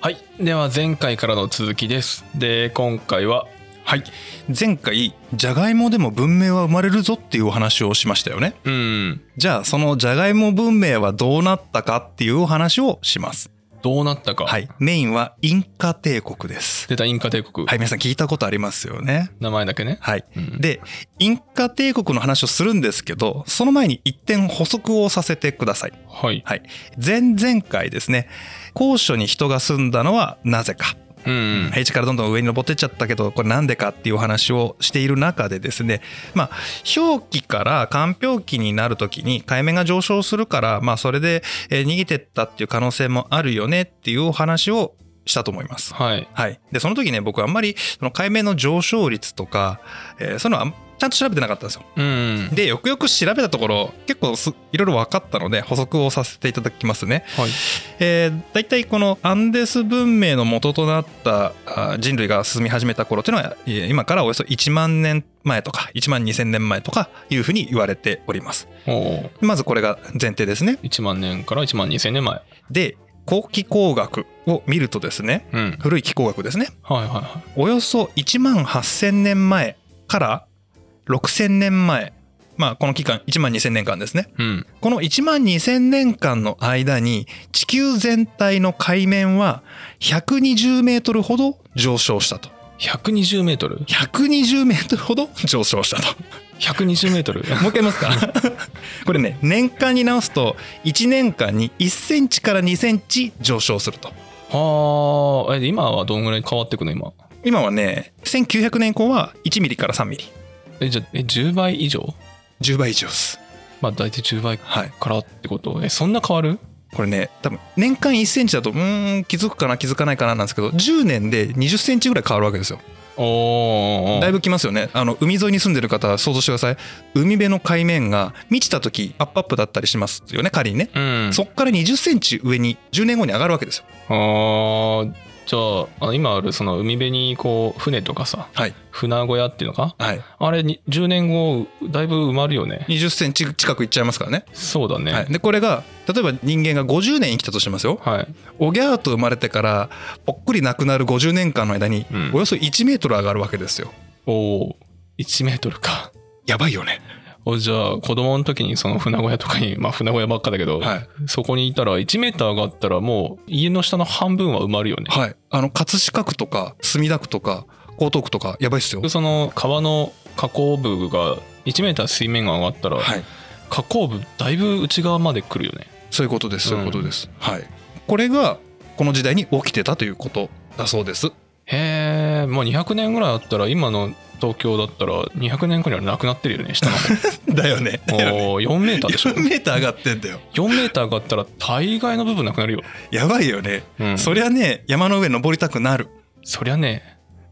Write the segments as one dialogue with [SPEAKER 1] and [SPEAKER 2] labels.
[SPEAKER 1] はい。では前回からの続きです。で、今回は、
[SPEAKER 2] はい前回じゃがいもでも文明は生まれるぞっていうお話をしましたよね
[SPEAKER 1] うん、
[SPEAKER 2] じゃあそのじゃがいも文明はどうなったかっていうお話をします
[SPEAKER 1] どうなったか。
[SPEAKER 2] はいメインはインカ帝国です
[SPEAKER 1] 出たインカ帝国。
[SPEAKER 2] はい皆さん聞いたことありますよね
[SPEAKER 1] 名前だけね。
[SPEAKER 2] はい
[SPEAKER 1] うん
[SPEAKER 2] でインカ帝国の話をするんですけどその前に一点補足をさせてください
[SPEAKER 1] はい。
[SPEAKER 2] はい前々回ですね高所に人が住んだのはなぜか
[SPEAKER 1] うん、うん。
[SPEAKER 2] 平地からどんどん上に登ってっちゃったけどこれなんでかっていうお話をしている中でですねまあ氷期から間氷期になる時に海面が上昇するからまあそれでえー逃げてったっていう可能性もあるよねっていうお話をしたと思います。
[SPEAKER 1] はい。
[SPEAKER 2] はい、でその時ね僕あんまりその海面の上昇率とか、えーそういうのはあんちゃんと調べてなかったんですよ。
[SPEAKER 1] うん。
[SPEAKER 2] でよくよく調べたところ結構すいろいろ分かったので補足をさせていただきますね。
[SPEAKER 1] はい。
[SPEAKER 2] えー、大体このアンデス文明の元となったあー人類が進み始めた頃っていうのはえー今からおよそ1万年前とか1万2,000年前とかいうふうに言われております。
[SPEAKER 1] おお。
[SPEAKER 2] まずこれが前提ですね。
[SPEAKER 1] 1万年から1万2000年前。
[SPEAKER 2] で後期工学を見るとですね
[SPEAKER 1] うん。
[SPEAKER 2] 古い気工学ですね
[SPEAKER 1] はいはいは
[SPEAKER 2] およそ1万8,000年前から6,000年前まあこの期間1万2,000年間ですね
[SPEAKER 1] い。うん。
[SPEAKER 2] この1万2000年間の間に地球全体の海面は120メートルほど上昇したと。
[SPEAKER 1] 120メートル
[SPEAKER 2] 120メートルほど上昇したと。
[SPEAKER 1] ?120 メート ル
[SPEAKER 2] もう一回言いますかこれね、年間に直すと1年間に1センチから2センチ上昇すると。
[SPEAKER 1] はあ。え、今はどんぐらい変わってくの今。
[SPEAKER 2] 今はね、1900年以降は1ミリから3ミリ。
[SPEAKER 1] え、じゃあ、え、10倍以上
[SPEAKER 2] 10倍以上です。
[SPEAKER 1] まあ大体10倍か
[SPEAKER 2] はい。
[SPEAKER 1] らってこと。え、そんな変わる
[SPEAKER 2] これね、多分年間1センチだと、うーん、気づくかな、気づかないかななんですけど、10年で20センチぐらい変わるわけですよ。
[SPEAKER 1] おお。
[SPEAKER 2] だい
[SPEAKER 1] ぶ。
[SPEAKER 2] ぶ来ますよねあの海沿いに住んでる方想像してください海辺の海面が満ちた時アップアップだったりしますよね仮にね、
[SPEAKER 1] うん。
[SPEAKER 2] そっから2 0センチ上に10年後に上がるわけですよ
[SPEAKER 1] あーじゃああの今あるその海辺にこう船とかさ
[SPEAKER 2] はい
[SPEAKER 1] 船小屋っていうのか
[SPEAKER 2] はい
[SPEAKER 1] あれに10年後だいぶ埋まるよね
[SPEAKER 2] 2 0センチ近くいっちゃいますからね
[SPEAKER 1] そうだねは
[SPEAKER 2] はいい、、でこれが例えば人間が50年生きたとしますよおぎゃーと生まれてからぽっくり亡くなる50年間の間に
[SPEAKER 1] うん
[SPEAKER 2] およそ1メートル上がるわけですよ
[SPEAKER 1] おお1メートルか
[SPEAKER 2] やばいよね
[SPEAKER 1] おじゃあ子供の時にその船小屋とかに まあ船小屋ばっかだけど、
[SPEAKER 2] はい
[SPEAKER 1] そこにいたら1メーター上がったらもう家の下の半分は埋まるよね、
[SPEAKER 2] はいあの葛飾区とか墨田区とか江東区とかやばいっすよ
[SPEAKER 1] その川の河口部が1メーター水面が上がったら、
[SPEAKER 2] はい
[SPEAKER 1] 河口部だいぶ内側まで来るよね
[SPEAKER 2] そういうことです、
[SPEAKER 1] うん
[SPEAKER 2] そういうことです。はい。これがこの時代に起きてたということだそうです。
[SPEAKER 1] へえ、まあ200年ぐらいあったら、今の東京だったら200年くらいはなくなってるよね、下の 方。
[SPEAKER 2] だよね。
[SPEAKER 1] おー4メーターでしょ。
[SPEAKER 2] メーター上がってんだよ。
[SPEAKER 1] 4メーター上がったら大概の部分なくなるよ。
[SPEAKER 2] やばいよね。
[SPEAKER 1] うん、
[SPEAKER 2] そりゃね、山の上登りたくなる。
[SPEAKER 1] そりゃね、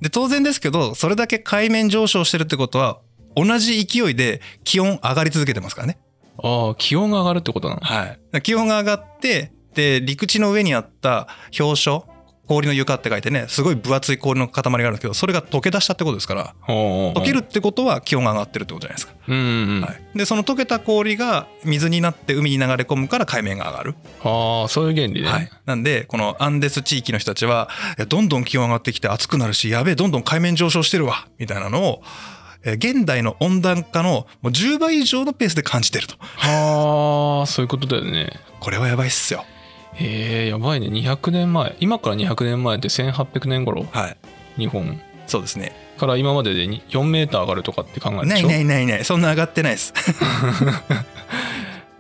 [SPEAKER 2] で、当然ですけど、それだけ海面上昇してるってことは、同じ勢いで気温上がり続けてますからね。
[SPEAKER 1] ああ、気温が上がるってことなの。
[SPEAKER 2] はい。気温が上がって、で、陸地の上にあった氷床、氷の床って書いてね、すごい分厚い氷の塊があるんですけど、それが溶け出したってことですから、
[SPEAKER 1] おーおーおー
[SPEAKER 2] 溶けるってことは気温が上がってるってことじゃないですか。
[SPEAKER 1] うんうんうん。
[SPEAKER 2] はい、でその溶けた氷が水になって海に流れ込むから海面が上がる、
[SPEAKER 1] ああ、そういう原理ね。
[SPEAKER 2] はい、なんでこのアンデス地域の人たちはいやどんどん気温上がってきて暑くなるしやべえどんどん海面上昇してるわみたいなのをえー現代の温暖化のもう10倍以上のペースで感じてると
[SPEAKER 1] はあ、そういうことだよね。
[SPEAKER 2] これはやばいっすよ
[SPEAKER 1] ええ、やばいね。200年前。今から200年前って1800年頃、
[SPEAKER 2] はい
[SPEAKER 1] 日本
[SPEAKER 2] そうですね
[SPEAKER 1] から今まででに4メーター上がるとかって考えるで
[SPEAKER 2] な
[SPEAKER 1] し
[SPEAKER 2] い
[SPEAKER 1] ょ。
[SPEAKER 2] ないないないそんな上がってないです、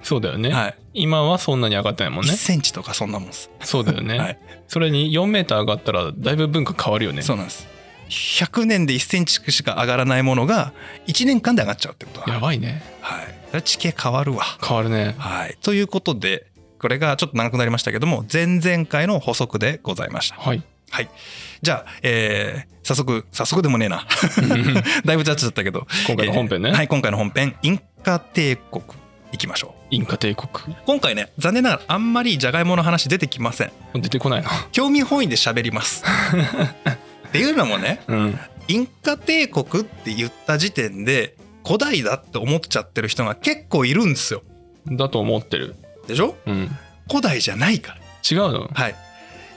[SPEAKER 1] そうだよね、
[SPEAKER 2] はい、
[SPEAKER 1] 今はそんなに上がってないもん
[SPEAKER 2] 1
[SPEAKER 1] ね。
[SPEAKER 2] センチとかそんなもんです、
[SPEAKER 1] そうだよね。
[SPEAKER 2] はい、
[SPEAKER 1] それに4メーター上がったらだいぶ文化変わるよね。
[SPEAKER 2] そうなんです100年で1センチしか上がらないものが1年間で上がっちゃうってことは、
[SPEAKER 1] やばいね。
[SPEAKER 2] はい、それは地形変わるわ
[SPEAKER 1] 変わるね。
[SPEAKER 2] はい。ということで、これがちょっと長くなりましたけども、前々回の補足でございました。
[SPEAKER 1] はい。
[SPEAKER 2] はい。じゃあ、えー早速、早速でもねえな。 だいぶ経っちゃったけど。
[SPEAKER 1] 今回の本編ね
[SPEAKER 2] えーはい、今回の本編、インカ帝国、いきましょ
[SPEAKER 1] インカ帝国
[SPEAKER 2] う。。今回ね、残念ながらあんまりじゃがいもの話出てきません。
[SPEAKER 1] 出てこないな。
[SPEAKER 2] 興味本位で喋 ります。っていうのもね、
[SPEAKER 1] うん。
[SPEAKER 2] インカ帝国って言った時点で、古代だって思っちゃってる人が結構いるんですよ。
[SPEAKER 1] だと思ってる。
[SPEAKER 2] でしょ
[SPEAKER 1] うん。
[SPEAKER 2] 古代じゃないから。
[SPEAKER 1] 違うの
[SPEAKER 2] はい。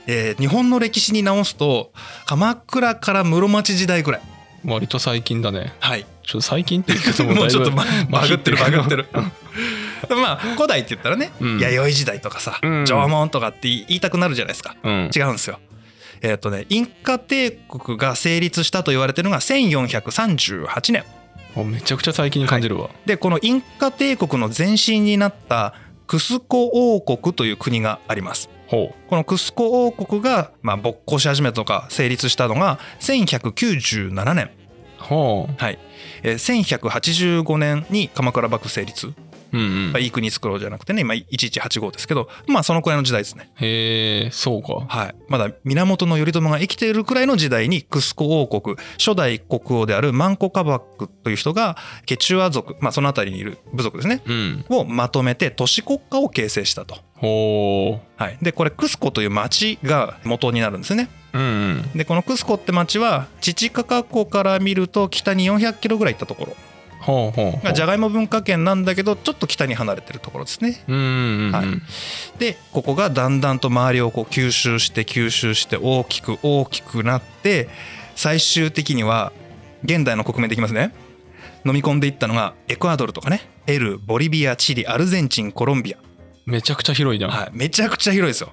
[SPEAKER 2] えー日本の歴史に直すと鎌倉から室町時代ぐらい
[SPEAKER 1] 割と最近だね
[SPEAKER 2] はい
[SPEAKER 1] ちょっと最近って言い方もだいぶ
[SPEAKER 2] もうちょっとババグってる
[SPEAKER 1] 麻
[SPEAKER 2] バ
[SPEAKER 1] 痺
[SPEAKER 2] グってる まあ古代って言ったらね、
[SPEAKER 1] うん
[SPEAKER 2] 弥生時代とかさ、
[SPEAKER 1] うん
[SPEAKER 2] 縄文とかって言いたくなるじゃないですか
[SPEAKER 1] うん
[SPEAKER 2] 違うんですよえっ、とねインカ帝国が成立したと言われてるのが1438年
[SPEAKER 1] あめちゃくちゃ最近に感じるわ、
[SPEAKER 2] でこのインカ帝国の前身になったクスコ王国という国があります
[SPEAKER 1] ほ
[SPEAKER 2] このクスコ王国が、まあ、勃興し始めたとか成立したのが1197年、
[SPEAKER 1] うほ
[SPEAKER 2] はいえー1185年に鎌倉幕府成立、
[SPEAKER 1] ううんうん
[SPEAKER 2] まあ、いい国作ろうじゃなくてね今1185ですけどまあそのくらいの時代ですね、
[SPEAKER 1] へえそうか
[SPEAKER 2] はい、まだ源頼朝が生きているくらいの時代にクスコ王国初代国王であるマンコカバックという人がケチュア族、まあ、その辺りにいる部族ですね
[SPEAKER 1] うん
[SPEAKER 2] をまとめて都市国家を形成したと、
[SPEAKER 1] ほ
[SPEAKER 2] はい、でこれクスコという町が元になるんですね
[SPEAKER 1] ううんうん
[SPEAKER 2] でこのクスコって町はチチカカ湖から見ると北に400キロぐらい行ったところ
[SPEAKER 1] ほうほうほう
[SPEAKER 2] がじゃがいも文化圏なんだけどちょっと北に離れてるところですね
[SPEAKER 1] うんうんうん、
[SPEAKER 2] はいでここがだんだんと周りをこう吸収して吸収して大きく大きくなって最終的には現代の国名でいきますね飲み込んでいったのがエクアドルとかねペルーボリビアチリアルゼンチンコロンビ
[SPEAKER 1] めちゃくちゃ広いじ
[SPEAKER 2] ア、
[SPEAKER 1] ゃん、
[SPEAKER 2] はい、めちゃくちゃ広いですよ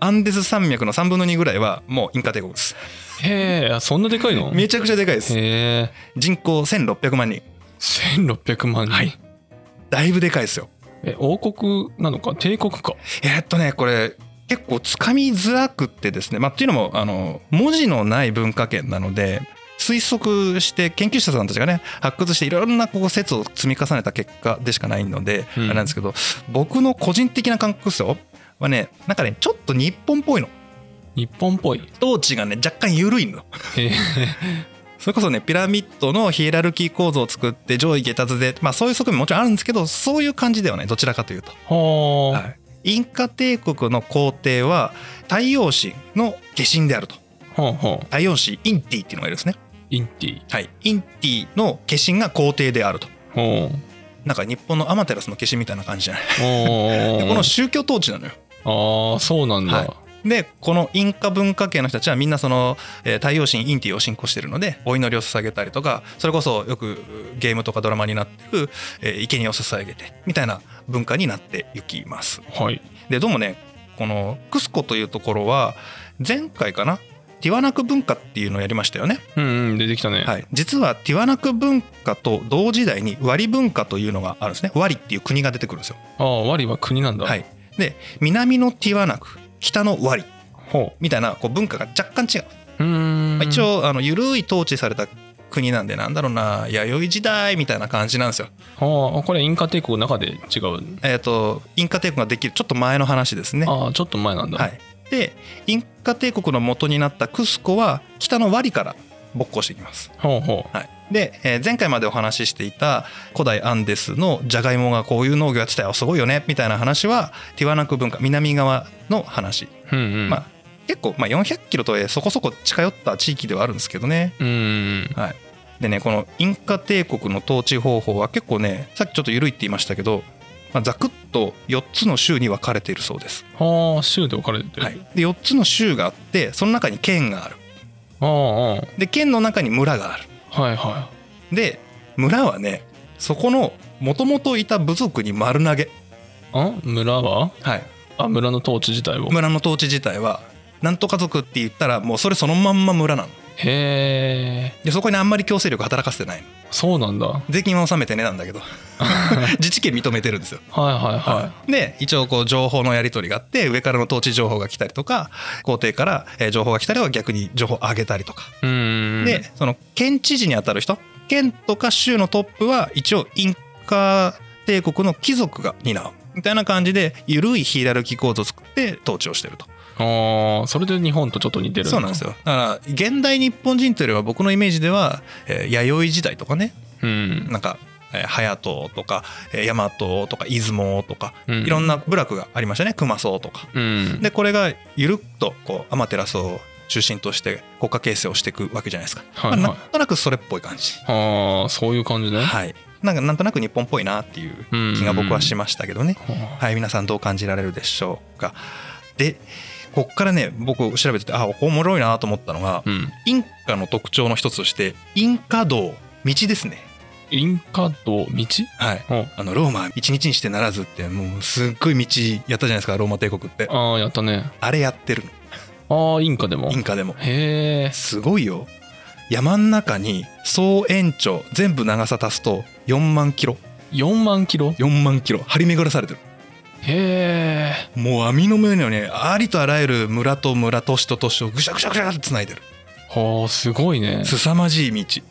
[SPEAKER 2] アンデス山脈の3分の2ぐらいはもうインカ帝国です
[SPEAKER 1] へえあそんなでかいの
[SPEAKER 2] めちゃくちゃでかいです
[SPEAKER 1] へえ
[SPEAKER 2] 人口1600万人
[SPEAKER 1] 1600万人、
[SPEAKER 2] はいだいぶでかいですよ
[SPEAKER 1] え王国なのか帝国か
[SPEAKER 2] えーっとねこれ結構つかみづらくってですねまあっていうのもあの文字のない文化圏なので推測して研究者さんたちがね発掘していろんなこう説を積み重ねた結果でしかないので、
[SPEAKER 1] うん
[SPEAKER 2] あれなんですけど僕の個人的な感覚ですよはねなんかねちょっと日本っぽいの
[SPEAKER 1] 日本っぽい
[SPEAKER 2] 統治がね若干緩いの
[SPEAKER 1] へえ
[SPEAKER 2] それこそねピラミッドのヒエラルキー構造を作って上位下達でまあそういう側面ももちろんあるんですけどそういう感じではないどちらかというと
[SPEAKER 1] ほう、
[SPEAKER 2] インカ帝国の皇帝は太陽神の化身であると
[SPEAKER 1] ほうほう
[SPEAKER 2] 太陽神インティっていうのがいるんですね
[SPEAKER 1] インティ
[SPEAKER 2] はいインティの化身が皇帝であると
[SPEAKER 1] ほう
[SPEAKER 2] なんか日本のアマテラスの化身みたいな感じじゃない
[SPEAKER 1] お
[SPEAKER 2] で
[SPEAKER 1] ー
[SPEAKER 2] この宗教統治なのよ
[SPEAKER 1] ああそうなんだ、
[SPEAKER 2] はいでこのインカ文化系の人たちはみんなそのえー太陽神インティを信仰してるのでお祈りを捧げたりとかそれこそよくゲームとかドラマになってるえー生贄を捧げてみたいな文化になっていきます
[SPEAKER 1] はい
[SPEAKER 2] でどうもねこのクスコというところは前回かなティワナク文化っていうのをやりましたよね、
[SPEAKER 1] うんうん出てきたね、
[SPEAKER 2] はい、実はティワナク文化と同時代にワリ文化というのがあるんですねワリっていう国が出てくるんですよ、
[SPEAKER 1] ああワリは国なんだ、
[SPEAKER 2] はい、で南のティワナク北のワリ
[SPEAKER 1] ほ
[SPEAKER 2] みたいなこう文化が若干違う、
[SPEAKER 1] ううーん
[SPEAKER 2] まあ一応あの緩い統治された国なんでなんだろうな弥生時代みたいな感じなんですよ
[SPEAKER 1] ああこれインカ帝国の中で違う
[SPEAKER 2] えっ、とインカ帝国ができるちょっと前の話ですね
[SPEAKER 1] ああちょっと前なんだ、
[SPEAKER 2] はい、でインカ帝国の元になったクスコは北のワリから勃興していきます、
[SPEAKER 1] ほうほ
[SPEAKER 2] はい、で、えー前回までお話ししていた古代アンデスのジャガイモがこういう農業やってたよすごいよねみたいな話はティワナク文化南側の話、
[SPEAKER 1] ううんうん
[SPEAKER 2] まあ結構、まあ、400キロとはいえそこそこ近寄った地域ではあるんですけどね
[SPEAKER 1] うんうん
[SPEAKER 2] はいでねこのインカ帝国の統治方法は結構ねさっきちょっと緩いって言いましたけど、まあ、ざくっと4つの州に分かれているそうです
[SPEAKER 1] ああ州で分かれてて、
[SPEAKER 2] はい、で4つの州があってその中に県がある
[SPEAKER 1] あああ
[SPEAKER 2] で県の中に村がある
[SPEAKER 1] あはいは
[SPEAKER 2] で村はねそこのもともといた部族に丸投げ、
[SPEAKER 1] いん村は
[SPEAKER 2] はい、
[SPEAKER 1] あ村の統治自体を
[SPEAKER 2] 村の統治自体はなんとか族って言ったらもうそれそのまんま村なの
[SPEAKER 1] へえ
[SPEAKER 2] でそこにあんまり強制力働かせてないの
[SPEAKER 1] そうなんだはい
[SPEAKER 2] 税金は納めてねなん だけど自治権認めてるんですよ
[SPEAKER 1] はいは
[SPEAKER 2] で一応こう情報のやり取りがあって上からの統治情報が来たりとか皇帝からえー情報が来たりは逆に情報を上げたりとか
[SPEAKER 1] いうん
[SPEAKER 2] でその県知事にあたる人県とか州のトップは一応インカ帝国の貴族が担うみたいな感じで緩いヒエラルキー構造を作って統治をしてると
[SPEAKER 1] ああそれで日本とちょっと似てる
[SPEAKER 2] そうなんですよだから現代日本人というよりは僕のイメージでは、えー弥生時代とかね
[SPEAKER 1] うん
[SPEAKER 2] なんかえー隼人とかえー大和とか出雲とか
[SPEAKER 1] うん
[SPEAKER 2] いろんな部落がありましたね熊荘とか
[SPEAKER 1] うん
[SPEAKER 2] でこれがゆるっとこうアマテラスを中心として国家形成をしていくわけじゃないですか、
[SPEAKER 1] はいはい
[SPEAKER 2] まあなんとなくそれっぽい感じ
[SPEAKER 1] ああそういう感じね
[SPEAKER 2] はい、なんかなんとなく日本っぽいなっていう気が僕はしましたけどね、
[SPEAKER 1] は
[SPEAKER 2] はい皆さんどう感じられるでしょうかでこっからね僕調べててあおもろいなと思ったのが
[SPEAKER 1] うん。
[SPEAKER 2] インカの特徴の一つとしてインカ道道ですね
[SPEAKER 1] インカ道道
[SPEAKER 2] はい
[SPEAKER 1] お
[SPEAKER 2] あのローマ一日にしてならずってもうすっごい道やったじゃないですかローマ帝国って
[SPEAKER 1] ああ、やったね。
[SPEAKER 2] あれやってる
[SPEAKER 1] ああ、インカでも
[SPEAKER 2] のイ。ンカでも
[SPEAKER 1] へえ。
[SPEAKER 2] すごいよ山ん中に総延長全部長さ足すと4万キロ
[SPEAKER 1] 4万キロ
[SPEAKER 2] 4万キロ張り巡らされてる
[SPEAKER 1] へえ。
[SPEAKER 2] もう網の目のようにありとあらゆる村と村都市と都市をぐしゃぐしゃぐしゃってつないでる
[SPEAKER 1] はあ、すごいね。
[SPEAKER 2] 凄まじい道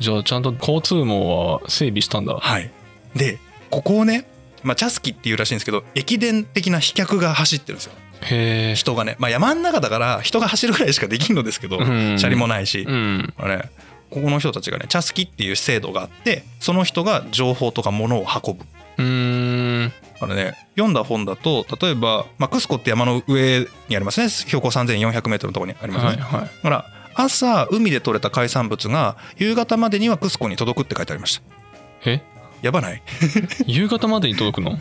[SPEAKER 1] じゃあ、ちゃんと交通網は整備したんだ。
[SPEAKER 2] はいでここをねまあ、チャスキっていうらしいんですけど駅伝的な飛脚が走ってるんですよ
[SPEAKER 1] へえ。
[SPEAKER 2] 人がね、まあ、山ん中だから人が走るぐらいしかできんのですけど、
[SPEAKER 1] うん
[SPEAKER 2] 車輪もないし、
[SPEAKER 1] うん。
[SPEAKER 2] あれここの人たちがねチャスキっていう制度があってその人が情報とか物を運ぶ
[SPEAKER 1] うーん。
[SPEAKER 2] あれね読んだ本だと例えば、まあ、クスコって山の上にありますね標高 3400m のところにありますね、
[SPEAKER 1] はいはい。
[SPEAKER 2] ほら朝海で取れた海産物が夕方までにはクスコに届くって書いてありました
[SPEAKER 1] え
[SPEAKER 2] やばない
[SPEAKER 1] 夕方までに届くの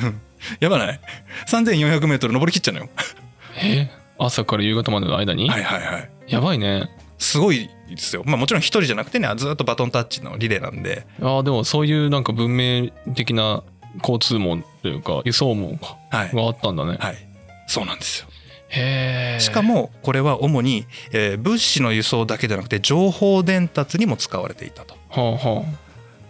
[SPEAKER 2] やばない 3400m 登りきっちゃうのよ
[SPEAKER 1] え朝から夕方までの間に、
[SPEAKER 2] はいはいはい
[SPEAKER 1] やばいね。
[SPEAKER 2] すごいですよまあもちろん一人じゃなくてねずっとバトンタッチのリレーなんで
[SPEAKER 1] ああ、でもそういうなんか文明的な交通網というか、輸送網か
[SPEAKER 2] はい
[SPEAKER 1] があったんだね。
[SPEAKER 2] はいそうなんですよ
[SPEAKER 1] へえ。
[SPEAKER 2] しか。もこれは主に、えー物資の輸送だけじゃなくて情報伝達にも使われていたと
[SPEAKER 1] はあは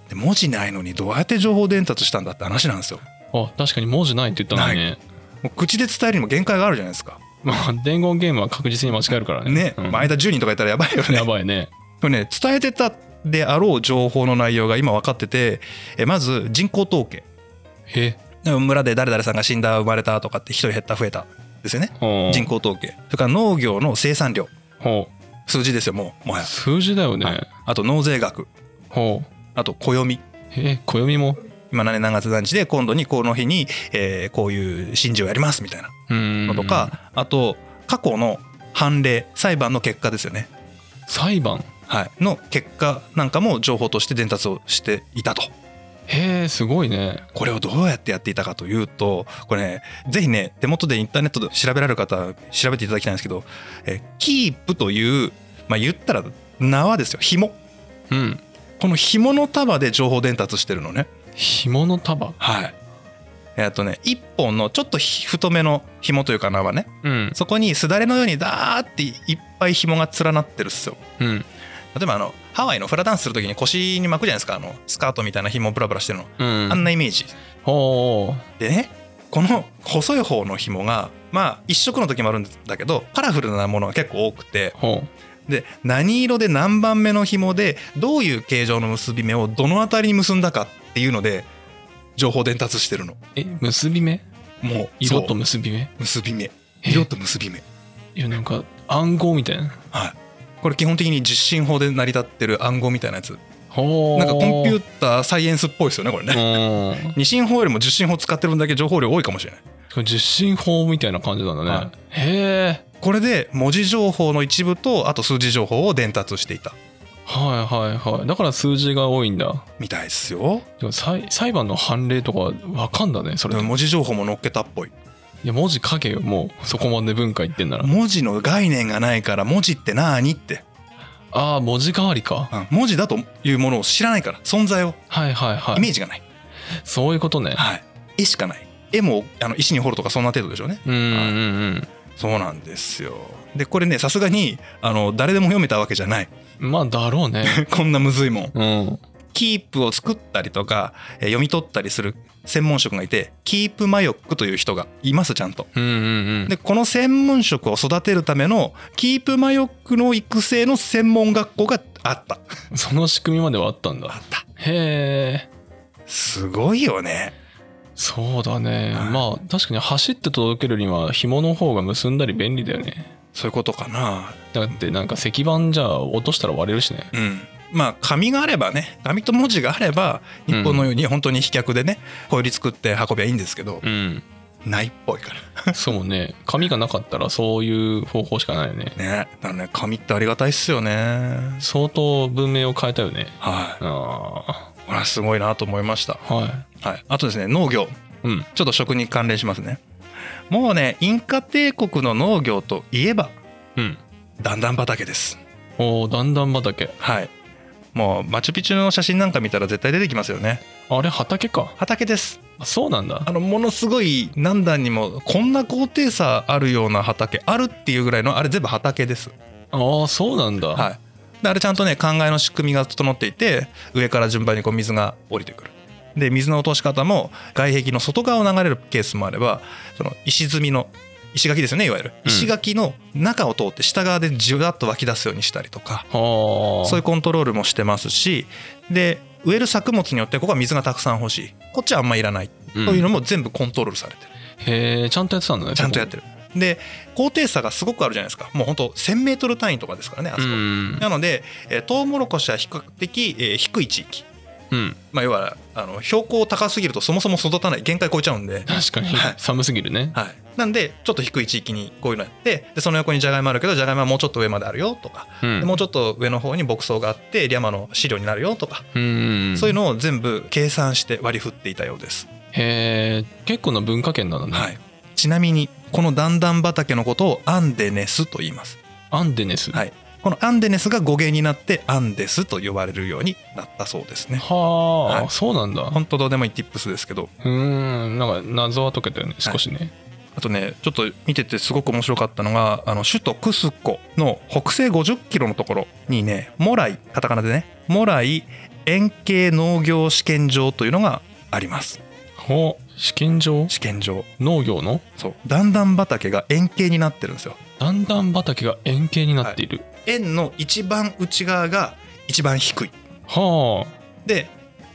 [SPEAKER 2] で文字ないのにどうやって情報伝達したんだって話なんですよ
[SPEAKER 1] あ。あ、確かに文字ないって言ったのにね。
[SPEAKER 2] もう口で伝えるにも限界があるじゃないですか
[SPEAKER 1] まあ、伝言ゲームは確実に間違えるからね。
[SPEAKER 2] ね、
[SPEAKER 1] うん
[SPEAKER 2] まあ間10人とかいたらやばいよね
[SPEAKER 1] やばいね。
[SPEAKER 2] これね伝えてたであろう情報の内容が今分かっててえまず人口統計
[SPEAKER 1] え
[SPEAKER 2] 村で誰々さんが死んだ生まれたとかって一人減った増えたですよね
[SPEAKER 1] ほう
[SPEAKER 2] 人口統計それから農業の生産量
[SPEAKER 1] ほ
[SPEAKER 2] 数字ですよもうもは
[SPEAKER 1] う
[SPEAKER 2] や
[SPEAKER 1] 数字だよね。
[SPEAKER 2] あと納税額
[SPEAKER 1] ほう
[SPEAKER 2] あと暦
[SPEAKER 1] え暦も
[SPEAKER 2] 今何年何月何日で今度にこの日に、えーこういう神事をやりますみたいな
[SPEAKER 1] うーん
[SPEAKER 2] のとかあと過去の判例裁判の結果ですよね、
[SPEAKER 1] 裁判
[SPEAKER 2] はい、の結果なんかも情報として伝達をしていたと
[SPEAKER 1] へえすごいね
[SPEAKER 2] これをどうやってやっていたかというとこれねぜひね手元でインターネットで調べられる方は調べていただきたいんですけどえキープというまあ言ったら縄ですよ紐
[SPEAKER 1] うん
[SPEAKER 2] この紐の束で情報伝達してるのね
[SPEAKER 1] 紐の束
[SPEAKER 2] はいえっとね1本のちょっと太めの紐というか縄ね
[SPEAKER 1] うん
[SPEAKER 2] そこにすだれのようにダーっていっぱい紐が連なってるっすよ
[SPEAKER 1] うん
[SPEAKER 2] 例えばあのハワイのフラダンスする時に腰に巻くじゃないですかあのスカートみたいな紐ブラブラしてるの
[SPEAKER 1] うん
[SPEAKER 2] あんなイメージ
[SPEAKER 1] ほ
[SPEAKER 2] でねこの細い方の紐がまあ一色の時もあるんだけどカラフルなものが結構多くて
[SPEAKER 1] うほ
[SPEAKER 2] で何色で何番目の紐でどういう形状の結び目をどの辺りに結んだかっていうので情報伝達してるの
[SPEAKER 1] うえ結び目
[SPEAKER 2] もう
[SPEAKER 1] 色
[SPEAKER 2] そ
[SPEAKER 1] と
[SPEAKER 2] う
[SPEAKER 1] 結び目
[SPEAKER 2] 結び目
[SPEAKER 1] え
[SPEAKER 2] 色と結び目
[SPEAKER 1] いやなんか暗号みたいな
[SPEAKER 2] はいこれ基本的に実進法で成り立ってる暗号みたいなやつ
[SPEAKER 1] ほう
[SPEAKER 2] なんかコンピュ
[SPEAKER 1] ー
[SPEAKER 2] ーターサイエンスっぽいですよねこれね
[SPEAKER 1] うん
[SPEAKER 2] 二進法よりも十進法使ってる分だけ情報量多いかもしれない
[SPEAKER 1] これ実進法みたいな感じなんだね、
[SPEAKER 2] は
[SPEAKER 1] へえ
[SPEAKER 2] これで文字情報の一部とあと数字情報を伝達していた
[SPEAKER 1] はいはいはいだから数字が多いんだ
[SPEAKER 2] みたいですよ
[SPEAKER 1] でも裁裁判の判例とかわかんだねそれ
[SPEAKER 2] でも
[SPEAKER 1] い
[SPEAKER 2] 文字情報も載っけたっぽい
[SPEAKER 1] や文字書けよもうそこまで文化言ってんなら
[SPEAKER 2] 文字の概念がないから文字って何って、
[SPEAKER 1] ああ文字代わりか
[SPEAKER 2] うん文字だというものを知らないから存在を
[SPEAKER 1] はいはいは
[SPEAKER 2] イメ
[SPEAKER 1] い
[SPEAKER 2] ージがない、
[SPEAKER 1] そういうことね
[SPEAKER 2] はい、絵しかない絵もあの石に彫るとかそんな程度でしょうね
[SPEAKER 1] うんうんうん
[SPEAKER 2] そうなんですよでこれねさすがにあの誰でも読めたわけじゃない
[SPEAKER 1] まあだろうね。
[SPEAKER 2] こんなむずいもん
[SPEAKER 1] うん。
[SPEAKER 2] キープを作ったりとかえー読み取ったりする専門職がいてキープマヨックという人がいますちゃんと。
[SPEAKER 1] うんうんうん。
[SPEAKER 2] でこの専門職を育てるためのキープマヨックの育成の専門学校があった。
[SPEAKER 1] その仕組みまではあったんだ。
[SPEAKER 2] った。
[SPEAKER 1] へえ。
[SPEAKER 2] すごいよね。
[SPEAKER 1] そうだね。
[SPEAKER 2] はい
[SPEAKER 1] まあ確かに走って届けるには紐の方が結んだり便利だよね。
[SPEAKER 2] そういうことかな。
[SPEAKER 1] だってなんか石板じゃ落としたら割れるしね。
[SPEAKER 2] うん。まあ紙があればね紙と文字があれば日本のように本当に飛脚でね小売り作って運びゃいいんですけど
[SPEAKER 1] うん。
[SPEAKER 2] ないっぽいから。
[SPEAKER 1] そうね。紙がなかったらそういう方法しかないよね。
[SPEAKER 2] ね。だからね紙ってありがたいっすよね。
[SPEAKER 1] 相当文明を変えたよね。
[SPEAKER 2] は
[SPEAKER 1] あ
[SPEAKER 2] い。これはすごいなと思いました。
[SPEAKER 1] あ。は
[SPEAKER 2] はい、あとですね農業
[SPEAKER 1] い。うん。
[SPEAKER 2] ちょっと食に関連しますねもうねインカ帝国の農業といえば
[SPEAKER 1] うん。
[SPEAKER 2] 段々畑です
[SPEAKER 1] おお、だんだん畑。
[SPEAKER 2] はいもうマチュピチュの写真なんか見たら絶対出てきますよね
[SPEAKER 1] あれ、畑か。
[SPEAKER 2] 畑です
[SPEAKER 1] あそうなんだ
[SPEAKER 2] あ。のものすごい何段にもこんな高低差あるような畑あるっていうぐらいのあれ全部畑です
[SPEAKER 1] ああ、そうなんだ。
[SPEAKER 2] はいであれちゃんとね考えの仕組みが整っていて上から順番にこう水が降りてくるで水の落とし方も外壁の外側を流れるケースもあればその石積みの石垣ですねいわゆる
[SPEAKER 1] うん
[SPEAKER 2] 石垣の中を通って下側でじゅわっと湧き出すようにしたりとか
[SPEAKER 1] ああ。
[SPEAKER 2] そういうコントロールもしてますしで植える作物によってここは水がたくさん欲しいこっちはあんまいらない
[SPEAKER 1] うん、
[SPEAKER 2] というのも全部コントロールされてる
[SPEAKER 1] へえ、ちゃんとやってたんだね。
[SPEAKER 2] ちゃんとやってる。で高低差がすごくあるじゃないですかもうほんと 1,000m 単位とかですからねあそこ、
[SPEAKER 1] うん。
[SPEAKER 2] なので、えー、トウモロコシは比較的、えー低い地域、
[SPEAKER 1] うん。
[SPEAKER 2] まあ、要はあの標高高すぎるとそもそも育たない限界超えちゃうんで、
[SPEAKER 1] 確かに
[SPEAKER 2] はい、
[SPEAKER 1] 寒すぎるね。
[SPEAKER 2] はい、なんでちょっと低い地域にこういうのやってでその横にジャガイモあるけどジャガイモはもうちょっと上まであるよとか、
[SPEAKER 1] う
[SPEAKER 2] で
[SPEAKER 1] ん。
[SPEAKER 2] もうちょっと上の方に牧草があってリャマの飼料になるよとか、
[SPEAKER 1] うん。
[SPEAKER 2] そういうのを全部計算して割り振っていたようです。
[SPEAKER 1] へえ、結構な文化圏なんだね。
[SPEAKER 2] はい、ちなみにこの段々畑のことをアンデネスと言います。
[SPEAKER 1] アンデネス。
[SPEAKER 2] はいこのアンデネスが語源になってアンデスと呼ばれるようになったそうですね。
[SPEAKER 1] はあ、
[SPEAKER 2] はい
[SPEAKER 1] そうなんだ。
[SPEAKER 2] ほんとどうでもいい tips ですけど
[SPEAKER 1] うーん、なんか謎は解けたよね、少しね。
[SPEAKER 2] あとねちょっと見ててすごく面白かったのがあの首都クスコの北西50キロのところにねモライカタカナでねモライ円形農業試験場というのがあります
[SPEAKER 1] ほう、試験場
[SPEAKER 2] 試験場
[SPEAKER 1] 農業の
[SPEAKER 2] そう段々畑が円形になってるんですよ
[SPEAKER 1] 段々畑が円形になっている。
[SPEAKER 2] 円の一番内側が一番低い
[SPEAKER 1] は
[SPEAKER 2] で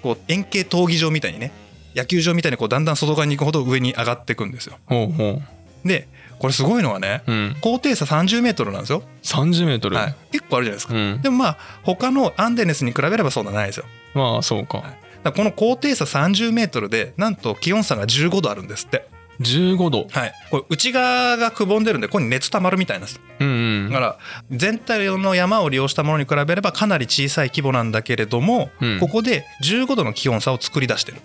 [SPEAKER 2] こう円形闘技場みたいにね野球場みたいにこうだんだん外側に行くほど上に上がっていくんですよ
[SPEAKER 1] あ、ほうほ
[SPEAKER 2] でこれすごいのはね
[SPEAKER 1] う。うん。
[SPEAKER 2] 高低差30メートルなんですよ、
[SPEAKER 1] 30メートル。
[SPEAKER 2] はい、結構あるじゃないですか
[SPEAKER 1] うん。
[SPEAKER 2] でもまあ他のアンデネスに比べればそうなないですよ
[SPEAKER 1] まあ、そう
[SPEAKER 2] は
[SPEAKER 1] か。
[SPEAKER 2] だからこの高低差3 0ルでなんと気温差が15度あるんですって
[SPEAKER 1] 15度。
[SPEAKER 2] はいこれ内側がくぼんでるんでここに熱たまるみたいなんです
[SPEAKER 1] うん
[SPEAKER 2] だ
[SPEAKER 1] うん
[SPEAKER 2] から全体の山を利用したものに比べればかなり小さい規模なんだけれども、
[SPEAKER 1] うん
[SPEAKER 2] ここで15度の気温差を作り出してる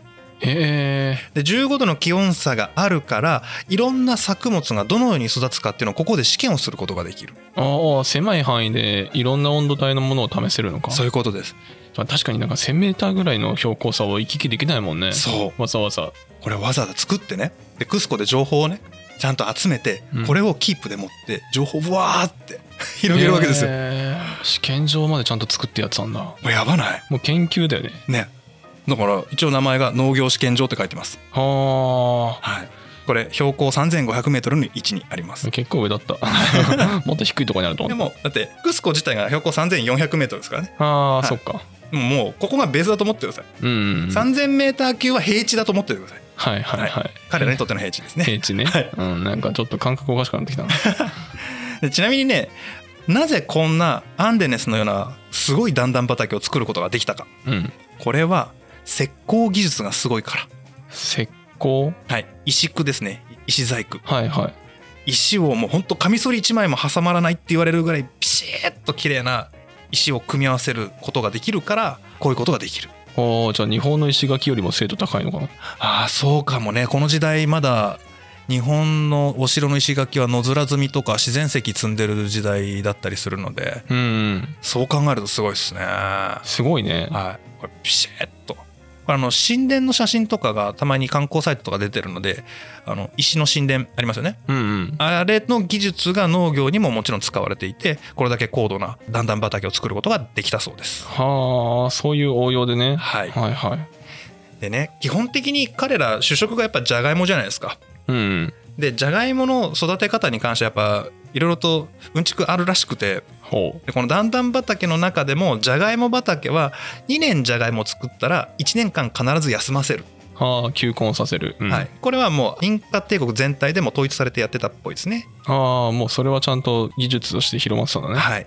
[SPEAKER 1] へえ。
[SPEAKER 2] で15度の気温差があるからいろんな作物がどのように育つかっていうのをここで試験をすることができる
[SPEAKER 1] ああ、狭い範囲でいろんな温度帯のものを試せるのか。
[SPEAKER 2] そういうことです
[SPEAKER 1] まあ確かになんか1000メーターぐらいの標高差を行き来できないもんね。
[SPEAKER 2] そう
[SPEAKER 1] わざわざ。
[SPEAKER 2] これわざわざ作ってねでクスコで情報をねちゃんと集めて、
[SPEAKER 1] うん
[SPEAKER 2] これをキープで持って情報をぶわーって 広げるわけですよ、
[SPEAKER 1] へー試験場までちゃんと作ってやってたんだ。
[SPEAKER 2] これやばない
[SPEAKER 1] もう研究だよね。
[SPEAKER 2] ねだから一応名前が農業試験場って書いてます
[SPEAKER 1] はあ。
[SPEAKER 2] はいこれ標高 3500m の位置にあります
[SPEAKER 1] 結構上だ った。もっと低いところにあると
[SPEAKER 2] で
[SPEAKER 1] 思っ
[SPEAKER 2] もだってクスコ自体が標高 3400m ですからね
[SPEAKER 1] た。ああ、
[SPEAKER 2] い
[SPEAKER 1] そっか。
[SPEAKER 2] もうもうここがベースだと思ってください、
[SPEAKER 1] うんうんうん。
[SPEAKER 2] 3000m 級は平地だと思ってください
[SPEAKER 1] はいはいはい。
[SPEAKER 2] 彼らにとっての平地ですね
[SPEAKER 1] 平地ね
[SPEAKER 2] はい。
[SPEAKER 1] うん、なんかちょっと感覚おかしくなってきたな。
[SPEAKER 2] でちなみにねなぜこんなアンデネスのようなすごい段々畑を作ることができたか
[SPEAKER 1] うん。
[SPEAKER 2] これは石膏技術がすごいから、
[SPEAKER 1] 石膏
[SPEAKER 2] はい、石工ですね石細工
[SPEAKER 1] はいはい。
[SPEAKER 2] 石をもうほんとカミソリ1枚も挟まらないって言われるぐらいピシッと綺麗な石を組み合わせることができるからこういうことができる
[SPEAKER 1] おおじゃあ日本の石垣よりも精度高いのかな。
[SPEAKER 2] ああそうかもねこの時代まだ日本のお城の石垣は野面積みとか自然石積んでる時代だったりするので
[SPEAKER 1] うんうん。
[SPEAKER 2] そう考えるとすごいですね
[SPEAKER 1] すごいね。
[SPEAKER 2] はい、これピシッとあの神殿の写真とかがたまに観光サイトとか出てるのであの石の神殿ありますよね
[SPEAKER 1] うんうん。
[SPEAKER 2] あれの技術が農業にももちろん使われていてこれだけ高度な段々畑を作ることができたそうです
[SPEAKER 1] はあ、そういう応用でね。
[SPEAKER 2] はい
[SPEAKER 1] はいはい。
[SPEAKER 2] でね基本的に彼ら主食がやっぱじゃがいもじゃないですか
[SPEAKER 1] うんうん。
[SPEAKER 2] でじゃがいもの育て方に関してやっぱいろいろとうんちくあるらしくて
[SPEAKER 1] ほ
[SPEAKER 2] でこの段々畑の中でもじゃがいも畑は2年じゃがいもを作ったら1年間必ず休ませる
[SPEAKER 1] う。はあ、球根をさせる。うん
[SPEAKER 2] はい、これはもうインカ帝国全体でも統一されてやってたっぽいですね。
[SPEAKER 1] ああ、もうそれはちゃんと技術として広まってたんだね。
[SPEAKER 2] はい、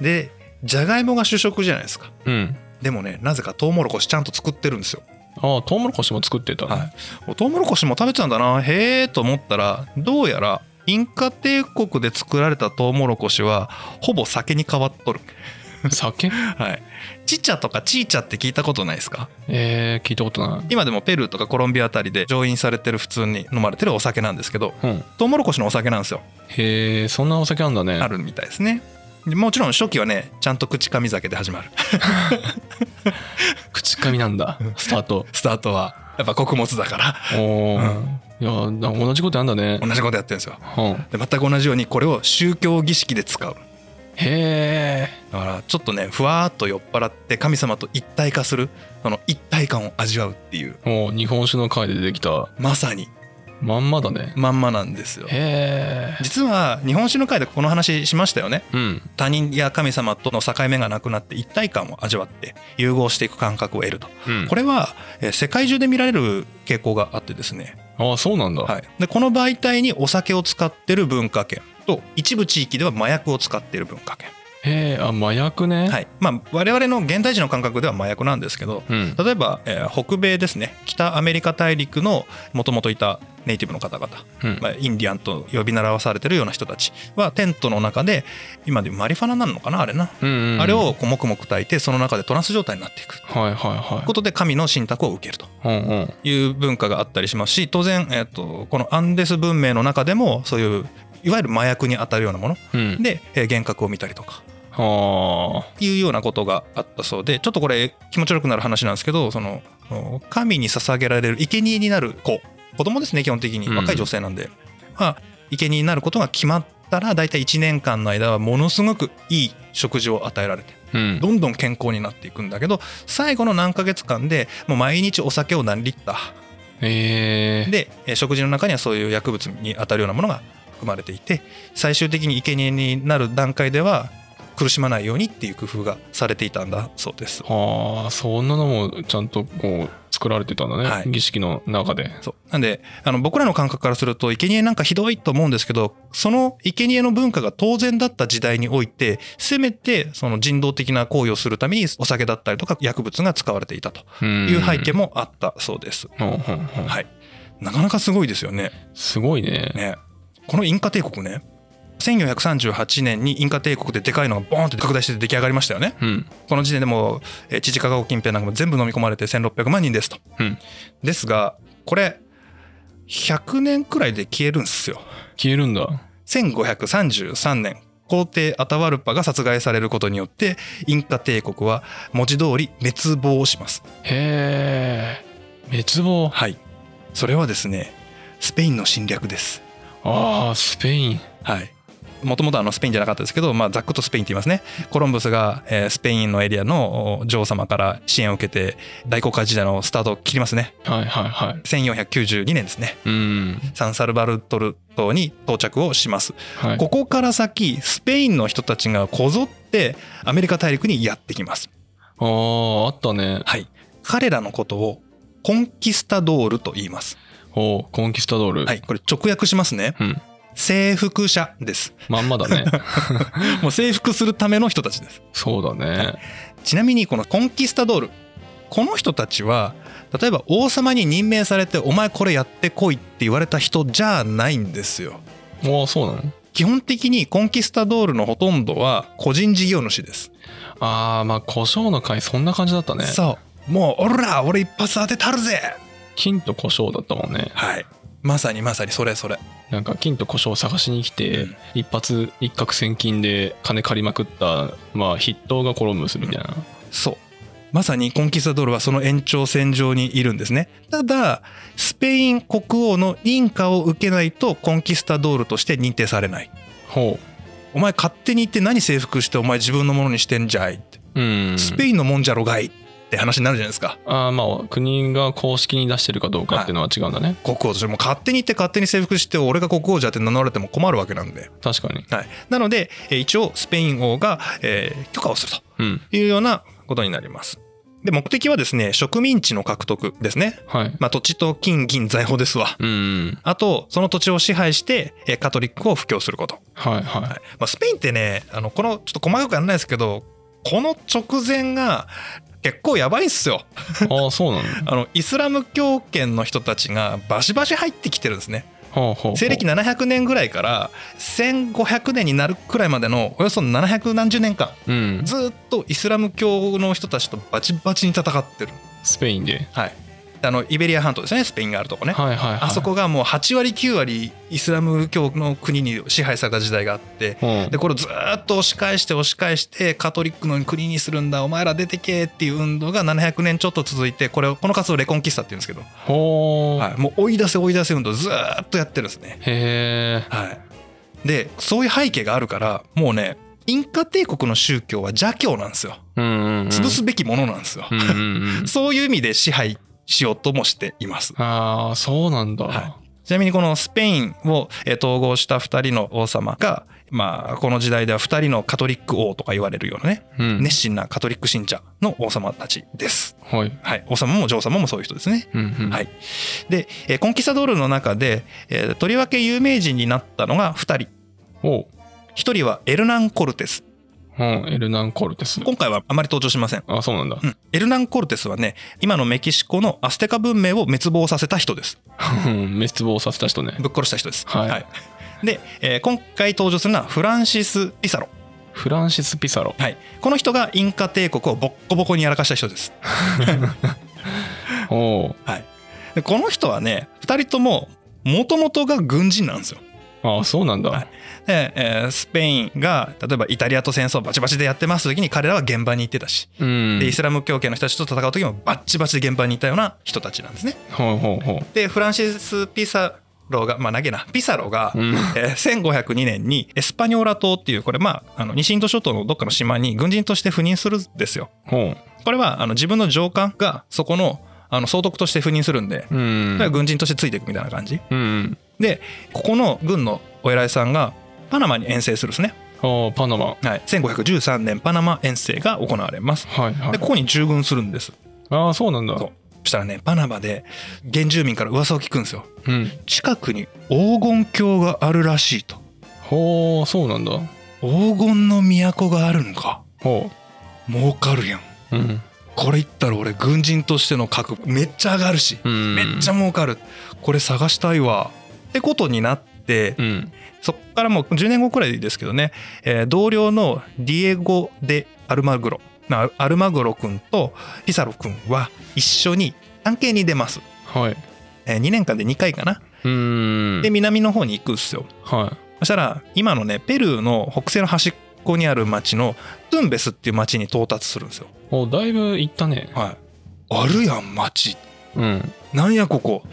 [SPEAKER 2] でじゃがいもが主食じゃないですか。
[SPEAKER 1] うん。
[SPEAKER 2] でもねなぜかトウモロコシちゃんと作ってるんですよ。
[SPEAKER 1] ああ、トウモロコシも作ってたね。
[SPEAKER 2] はいおトウモロコシも食べてたんだなへえと思ったらどうやらインカ帝国で作られたトウモロコシはほぼ酒に変わっとる。
[SPEAKER 1] 酒
[SPEAKER 2] はい。チチャとかチーチャって聞いたことないですか
[SPEAKER 1] えー、聞いたことない。
[SPEAKER 2] 今でもペルーとかコロンビアあたりで上飲されてる普通に飲まれてるお酒なんですけど
[SPEAKER 1] うん、
[SPEAKER 2] トウモロコシのお酒なんですよ
[SPEAKER 1] へえそんなお酒あんだね
[SPEAKER 2] あるみたいですねでもちろん初期はねちゃんと口噛み酒で始まる
[SPEAKER 1] 口噛みなんだスタート
[SPEAKER 2] スタートはやっぱ穀物だから
[SPEAKER 1] おお、いやな同じことやんだね、
[SPEAKER 2] 同じことやってるんですよ
[SPEAKER 1] うん、
[SPEAKER 2] で全く同じようにこれを宗教儀式で使う
[SPEAKER 1] へえ
[SPEAKER 2] だからちょっとねふわーっと酔っ払って神様と一体化するその一体感を味わうっていう
[SPEAKER 1] もう日本酒の回で出てきた
[SPEAKER 2] まさに
[SPEAKER 1] まんまだね
[SPEAKER 2] まんまなんですよ
[SPEAKER 1] へえ
[SPEAKER 2] 実は日本酒の会でこの話しましたよね
[SPEAKER 1] うん
[SPEAKER 2] 他人や神様との境目がなくなって一体感を味わって融合していく感覚を得ると
[SPEAKER 1] うん
[SPEAKER 2] これはえー世界中で見られる傾向があってですね、
[SPEAKER 1] ああそうなんだ、
[SPEAKER 2] はい、でこの媒体にお酒を使ってる文化圏と一部地域では麻薬を使ってる文化圏、
[SPEAKER 1] へえあ麻薬ね、、
[SPEAKER 2] はいいまあ、我々の現代人の感覚では麻薬なんですけど
[SPEAKER 1] うん
[SPEAKER 2] 例えば、えー北米ですね北アメリカ大陸のもともといたネイティブの方々、
[SPEAKER 1] うん
[SPEAKER 2] まあ、インディアンと呼び習わされてるような人たちはテントの中で今で言うマリファナなのかなあれな
[SPEAKER 1] うんうんうん
[SPEAKER 2] あれをこうもくもく炊いてその中でトランス状態になっていく
[SPEAKER 1] はいはいは
[SPEAKER 2] ことで神の信託を受けると
[SPEAKER 1] いうんうん
[SPEAKER 2] いう文化があったりしますし当然、えっとこのアンデス文明の中でもそういういわゆる麻薬にあたるようなもの
[SPEAKER 1] うん
[SPEAKER 2] で、えー幻覚を見たりとか
[SPEAKER 1] は
[SPEAKER 2] いうようなことがあったそうでちょっとこれ気持ち悪くなる話なんですけどそのお神に捧げられる生贄になる子子供ですね基本的に
[SPEAKER 1] うん
[SPEAKER 2] 若い女性なんで、まあ生贄になることが決まったら大体1年間の間はものすごくいい食事を与えられて
[SPEAKER 1] あうん
[SPEAKER 2] どんどん健康になっていくんだけど最後の何ヶ月間でもう毎日お酒を何リッタ
[SPEAKER 1] え
[SPEAKER 2] ー
[SPEAKER 1] え
[SPEAKER 2] でえー食事の中にはそういう薬物に当たるようなものが含まれていて最終的に生贄になる段階では苦しまないようにっていう工夫がされていたんだそうです。
[SPEAKER 1] はあそんなのもちゃんとこう作られてたんだね、
[SPEAKER 2] はい
[SPEAKER 1] 儀式の中で
[SPEAKER 2] そうなんであの僕らの感覚からすると生贄なんかひどいと思うんですけどその生贄の文化が当然だった時代においてせめてその人道的な行為をするためにお酒だったりとか薬物が使われていたと
[SPEAKER 1] うん
[SPEAKER 2] いう背景もあったそうです。
[SPEAKER 1] うんうんうん
[SPEAKER 2] はい、なかなかすごいですよね。
[SPEAKER 1] すごいね
[SPEAKER 2] ねこのインカ帝国ね1438年にインカ帝国ででかいのがボーンって拡大して出来上がりましたよね。
[SPEAKER 1] うん
[SPEAKER 2] この時点でもうえーチチカカゴ近辺なんかも全部飲み込まれて1600万人ですと。
[SPEAKER 1] うん
[SPEAKER 2] ですがこれ100年くらいで消えるんですよ。
[SPEAKER 1] 消えるんだ
[SPEAKER 2] 1533年皇帝アタワルパが殺害されることによってインカ帝国は文字通り滅亡します。
[SPEAKER 1] へえ滅亡
[SPEAKER 2] はい。それはですねスペインの侵略です。
[SPEAKER 1] ああスペイン
[SPEAKER 2] はい。もともとあのスペインじゃなかったですけど、まあ、ざっくとスペインって言いますね。コロンブスが、えースペインのエリアのお女王様から支援を受けて、大航海時代のスタートを切りますね。
[SPEAKER 1] はいはいはい
[SPEAKER 2] 1492年ですね。
[SPEAKER 1] うん
[SPEAKER 2] サンサルバルトル島に到着をします。
[SPEAKER 1] はい
[SPEAKER 2] ここから先、スペインの人たちがこぞってアメリカ大陸にやってきます。
[SPEAKER 1] あああったね
[SPEAKER 2] はい。彼らのことをコンキスタドールと言います。
[SPEAKER 1] おうコンキスタドール
[SPEAKER 2] はい。これ直訳しますね。
[SPEAKER 1] うん
[SPEAKER 2] 征服者 です。
[SPEAKER 1] まんまだね
[SPEAKER 2] もう征服するための人たちです。
[SPEAKER 1] そうだね
[SPEAKER 2] ちなみにこのコンキスタドールこの人たちは例えば王様に任命されてお前これやってこいって言われた人じゃないんですよ
[SPEAKER 1] おおそうなの
[SPEAKER 2] 基本的にコンキスタドールのほとんどは個人事業主です、
[SPEAKER 1] ああまあ胡椒の回そんな感じだったね
[SPEAKER 2] そうもうオラ俺一発当てたるぜ
[SPEAKER 1] 金と胡椒だったもんね
[SPEAKER 2] はいまさにまさにそれそれ
[SPEAKER 1] なんか金と胡椒を探しに来て、
[SPEAKER 2] うん
[SPEAKER 1] 一発一攫千金で金借りまくったまあ筆頭がコロンブスみたいな、
[SPEAKER 2] そうまさにコンキスタドールはその延長線上にいるんですねただスペイン国王の認可を受けないとコンキスタドールとして認定されない
[SPEAKER 1] ほ
[SPEAKER 2] お前勝手に行って何征服してお前自分のものにしてんじゃいって、
[SPEAKER 1] ううん
[SPEAKER 2] スペインのもんじゃろがいって話になるじゃないですか
[SPEAKER 1] ああまあ国が公式に出してるかどうかっていうのは違うんだね、
[SPEAKER 2] 国王としてもう勝手に行って勝手に征服して俺が国王じゃって名乗られても困るわけなんで、
[SPEAKER 1] 確かに
[SPEAKER 2] はい、なのでえー一応スペイン王が、えー許可をする
[SPEAKER 1] うん
[SPEAKER 2] というようなことになりますで目的はですね植民地の獲得ですね
[SPEAKER 1] はい
[SPEAKER 2] まあ土地と金銀財宝ですわ
[SPEAKER 1] うんうん
[SPEAKER 2] あとその土地を支配してえーカトリックを布教すること
[SPEAKER 1] はいは
[SPEAKER 2] はいまあ、スペインってねあのこのちょっと細かくやらないですけどこの直前が結構やばいんすよ
[SPEAKER 1] いああそうなの
[SPEAKER 2] あのイスラム教圏の人たちがバシバシ入ってきてるんですね
[SPEAKER 1] ほうほう
[SPEAKER 2] 西暦700年ぐらいから1500年になるくらいまでのおよそ700何十年間
[SPEAKER 1] うん
[SPEAKER 2] ずっとイスラム教の人たちとバチバチに戦ってる
[SPEAKER 1] スペインで
[SPEAKER 2] はいあのイベリア半島ですねスペインがあるとこね、
[SPEAKER 1] はいはいはい
[SPEAKER 2] あそこがもう8割9割イスラム教の国に支配された時代があって
[SPEAKER 1] うん
[SPEAKER 2] でこれをずーっと押し返して押し返してカトリックの国にするんだお前ら出てけっていう運動が700年ちょっと続いてこれをこの活動をレコンキスタって言うんですけど、
[SPEAKER 1] ほう
[SPEAKER 2] はい、もう追い出せ追い出せ運動ずーっとやってるんですね。
[SPEAKER 1] へえ
[SPEAKER 2] はい、でそういう背景があるからもうねインカ帝国の宗教は邪教なんですよ
[SPEAKER 1] うんうんうん
[SPEAKER 2] 潰すべきものなんですよ、
[SPEAKER 1] うんうん うん
[SPEAKER 2] そういう意味で支配しようともしています
[SPEAKER 1] ああそうなんだ
[SPEAKER 2] はちなみにこのスペインをえー統合した2人の王様がまあこの時代では2人のカトリック王とか言われるようなね
[SPEAKER 1] うん
[SPEAKER 2] 熱心なカトリック信者の王様たちです
[SPEAKER 1] はい
[SPEAKER 2] はい王様も女王様もそういう人ですね
[SPEAKER 1] うんうん
[SPEAKER 2] はいでえーコンキサドールの中でえーとりわけ有名人になったのが2人
[SPEAKER 1] おう
[SPEAKER 2] 1人はエルナン・コルテス
[SPEAKER 1] うんエルナンコルテス
[SPEAKER 2] 今回はあまり登場しません、
[SPEAKER 1] あそうなんだ
[SPEAKER 2] うん、エルナン・コルテスはね今のメキシコのアステカ文明を滅亡させた人です
[SPEAKER 1] 滅亡させた人ね
[SPEAKER 2] ぶっ殺した人です
[SPEAKER 1] はい
[SPEAKER 2] で、えー今回登場するのはフランシス・ピサロ
[SPEAKER 1] フランシス・ピサロ
[SPEAKER 2] はいこの人がインカ帝国をボッコボコにやらかした人です
[SPEAKER 1] おう
[SPEAKER 2] でこの人はね2人とも元々が軍人なんですよ
[SPEAKER 1] ああそうなんだ、
[SPEAKER 2] はいで、えースペインが例えばイタリアと戦争バチバチでやってます時に彼らは現場に行ってたし、
[SPEAKER 1] うん
[SPEAKER 2] でイスラム教系の人たちと戦う時もバッチバチで現場にいたような人たちなんですね
[SPEAKER 1] ほうほうほ
[SPEAKER 2] でフランシス・ピサロがまあ投げなピサロが、
[SPEAKER 1] ううん
[SPEAKER 2] えー1502年にエスパニョーラ島っていうこれまああの西インド諸島のどっかの島に軍人として赴任するんですよ
[SPEAKER 1] ほ
[SPEAKER 2] これはあの自分の上官がそこのあの総督として赴任するんで
[SPEAKER 1] ううん
[SPEAKER 2] だから軍人としてついていくみたいな感じ
[SPEAKER 1] うん
[SPEAKER 2] でここの軍のお偉いさんがパナマに遠征するんですね、
[SPEAKER 1] おうパナマ
[SPEAKER 2] はい、1513年パナマ遠征が行われます
[SPEAKER 1] はいは
[SPEAKER 2] で
[SPEAKER 1] い
[SPEAKER 2] ここに従軍するんです
[SPEAKER 1] ああそうなんだ
[SPEAKER 2] そうそしたらねパナマで原住民から噂を聞くんですよ
[SPEAKER 1] うん
[SPEAKER 2] 近くに黄金郷があるらしいと
[SPEAKER 1] ほうそうなんだ
[SPEAKER 2] 黄金の都があるのか
[SPEAKER 1] ほ
[SPEAKER 2] 儲かるやん
[SPEAKER 1] ううん
[SPEAKER 2] これ言ったら俺軍人としての格めっちゃ上がるし
[SPEAKER 1] うん
[SPEAKER 2] めっちゃ儲かるこれ探したいわってことになって
[SPEAKER 1] うん
[SPEAKER 2] そっからもう10年後くらいですけどね、えー同僚のディエゴ・デ・アルマグロなアルマグロ君とピサロ君は一緒に探検に出ます、
[SPEAKER 1] はい
[SPEAKER 2] え2年間で2回かな
[SPEAKER 1] うん
[SPEAKER 2] で南の方に行くっすよ
[SPEAKER 1] は
[SPEAKER 2] そしたら今のねペルーの北西の端っこにある町のトゥンベスっていう町に到達するんですよ。
[SPEAKER 1] いおだいぶ行ったね
[SPEAKER 2] はい、あるやん町
[SPEAKER 1] うん
[SPEAKER 2] なんやここ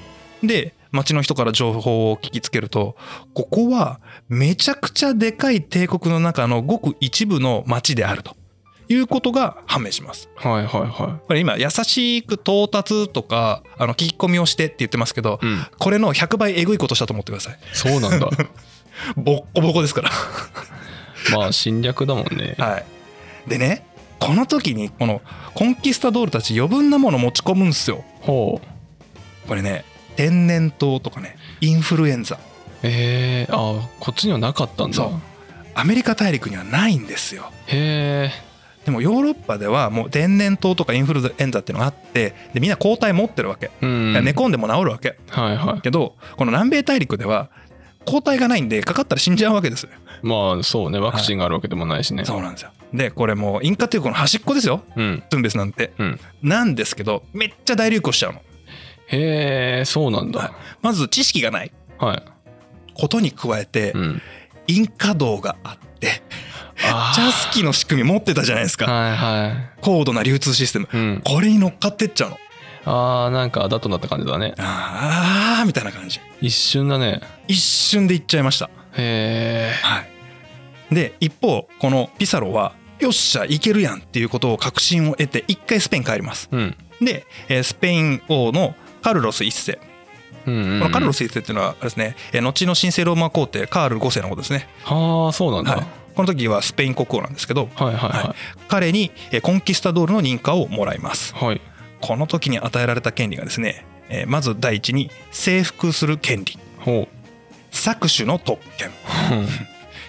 [SPEAKER 2] で町の人から情報を聞きつけるとここはめちゃくちゃでかい帝国の中のごく一部の町であるということが判明します。
[SPEAKER 1] はいはいは
[SPEAKER 2] これ今優しく到達とかあの聞き込みをしてって言ってますけど
[SPEAKER 1] いうん
[SPEAKER 2] これの100倍えぐいことしたと思ってください。
[SPEAKER 1] そうなん だ
[SPEAKER 2] ボッコボコですから。
[SPEAKER 1] まあ侵略だもんね
[SPEAKER 2] はい、でねこの時にこのコンキスタドールたち余分なもの持ち込むんすよ
[SPEAKER 1] ほう
[SPEAKER 2] これね天然痘とかねインフルエンザ
[SPEAKER 1] えー、あーこっちにはなかったんだ
[SPEAKER 2] そうアメリカ大陸にはないんですよ
[SPEAKER 1] へえ
[SPEAKER 2] でもヨーロッパではもう天然痘とかインフルエンザっていうのがあってでみんな抗体持ってるわけ
[SPEAKER 1] うん
[SPEAKER 2] 寝込んでも治るわけ
[SPEAKER 1] はいはい
[SPEAKER 2] けどこの南米大陸では抗体がないんでかかったら死んじゃうわけですよ
[SPEAKER 1] まあそうねワクチンがあるわけでもないしね、
[SPEAKER 2] そうなんですよでこれもうインカ帝国の端っこですよ
[SPEAKER 1] うん
[SPEAKER 2] トゥンベスなんて
[SPEAKER 1] うん
[SPEAKER 2] なんですけどめっちゃ大流行しちゃうの
[SPEAKER 1] へえそうなんだ
[SPEAKER 2] はいまず知識がない
[SPEAKER 1] はい、
[SPEAKER 2] ことに加えて、
[SPEAKER 1] うん
[SPEAKER 2] インカ道があって
[SPEAKER 1] あ
[SPEAKER 2] チャスキーの仕組み持ってたじゃないです
[SPEAKER 1] ー
[SPEAKER 2] か
[SPEAKER 1] はいは
[SPEAKER 2] 高度な流通システム
[SPEAKER 1] いうん
[SPEAKER 2] これに乗っかってっちゃうの
[SPEAKER 1] あーなんかだとなった感じだね
[SPEAKER 2] あーみたいな感じ
[SPEAKER 1] 一瞬だね
[SPEAKER 2] 一瞬で行っちゃいました
[SPEAKER 1] へえ
[SPEAKER 2] はいで一方このピサロはよっしゃいけるやんっていうことを確信を得て一回スペイン帰ります
[SPEAKER 1] うん
[SPEAKER 2] でえースペイン王のカルロス一世こ
[SPEAKER 1] うんうんうん
[SPEAKER 2] のカルロス一世っていうのはあれですねえー後の神聖ローマ皇帝カール5世のことですね
[SPEAKER 1] はあそうなんだ、
[SPEAKER 2] はいこの時はスペイン国王なんですけど
[SPEAKER 1] はい、はいは
[SPEAKER 2] 彼にえーコンキスタドールの認可をもらいます
[SPEAKER 1] いはい
[SPEAKER 2] この時に与えられた権利がですねえーまず第一に征服する権利
[SPEAKER 1] ほ
[SPEAKER 2] 搾取の特権
[SPEAKER 1] う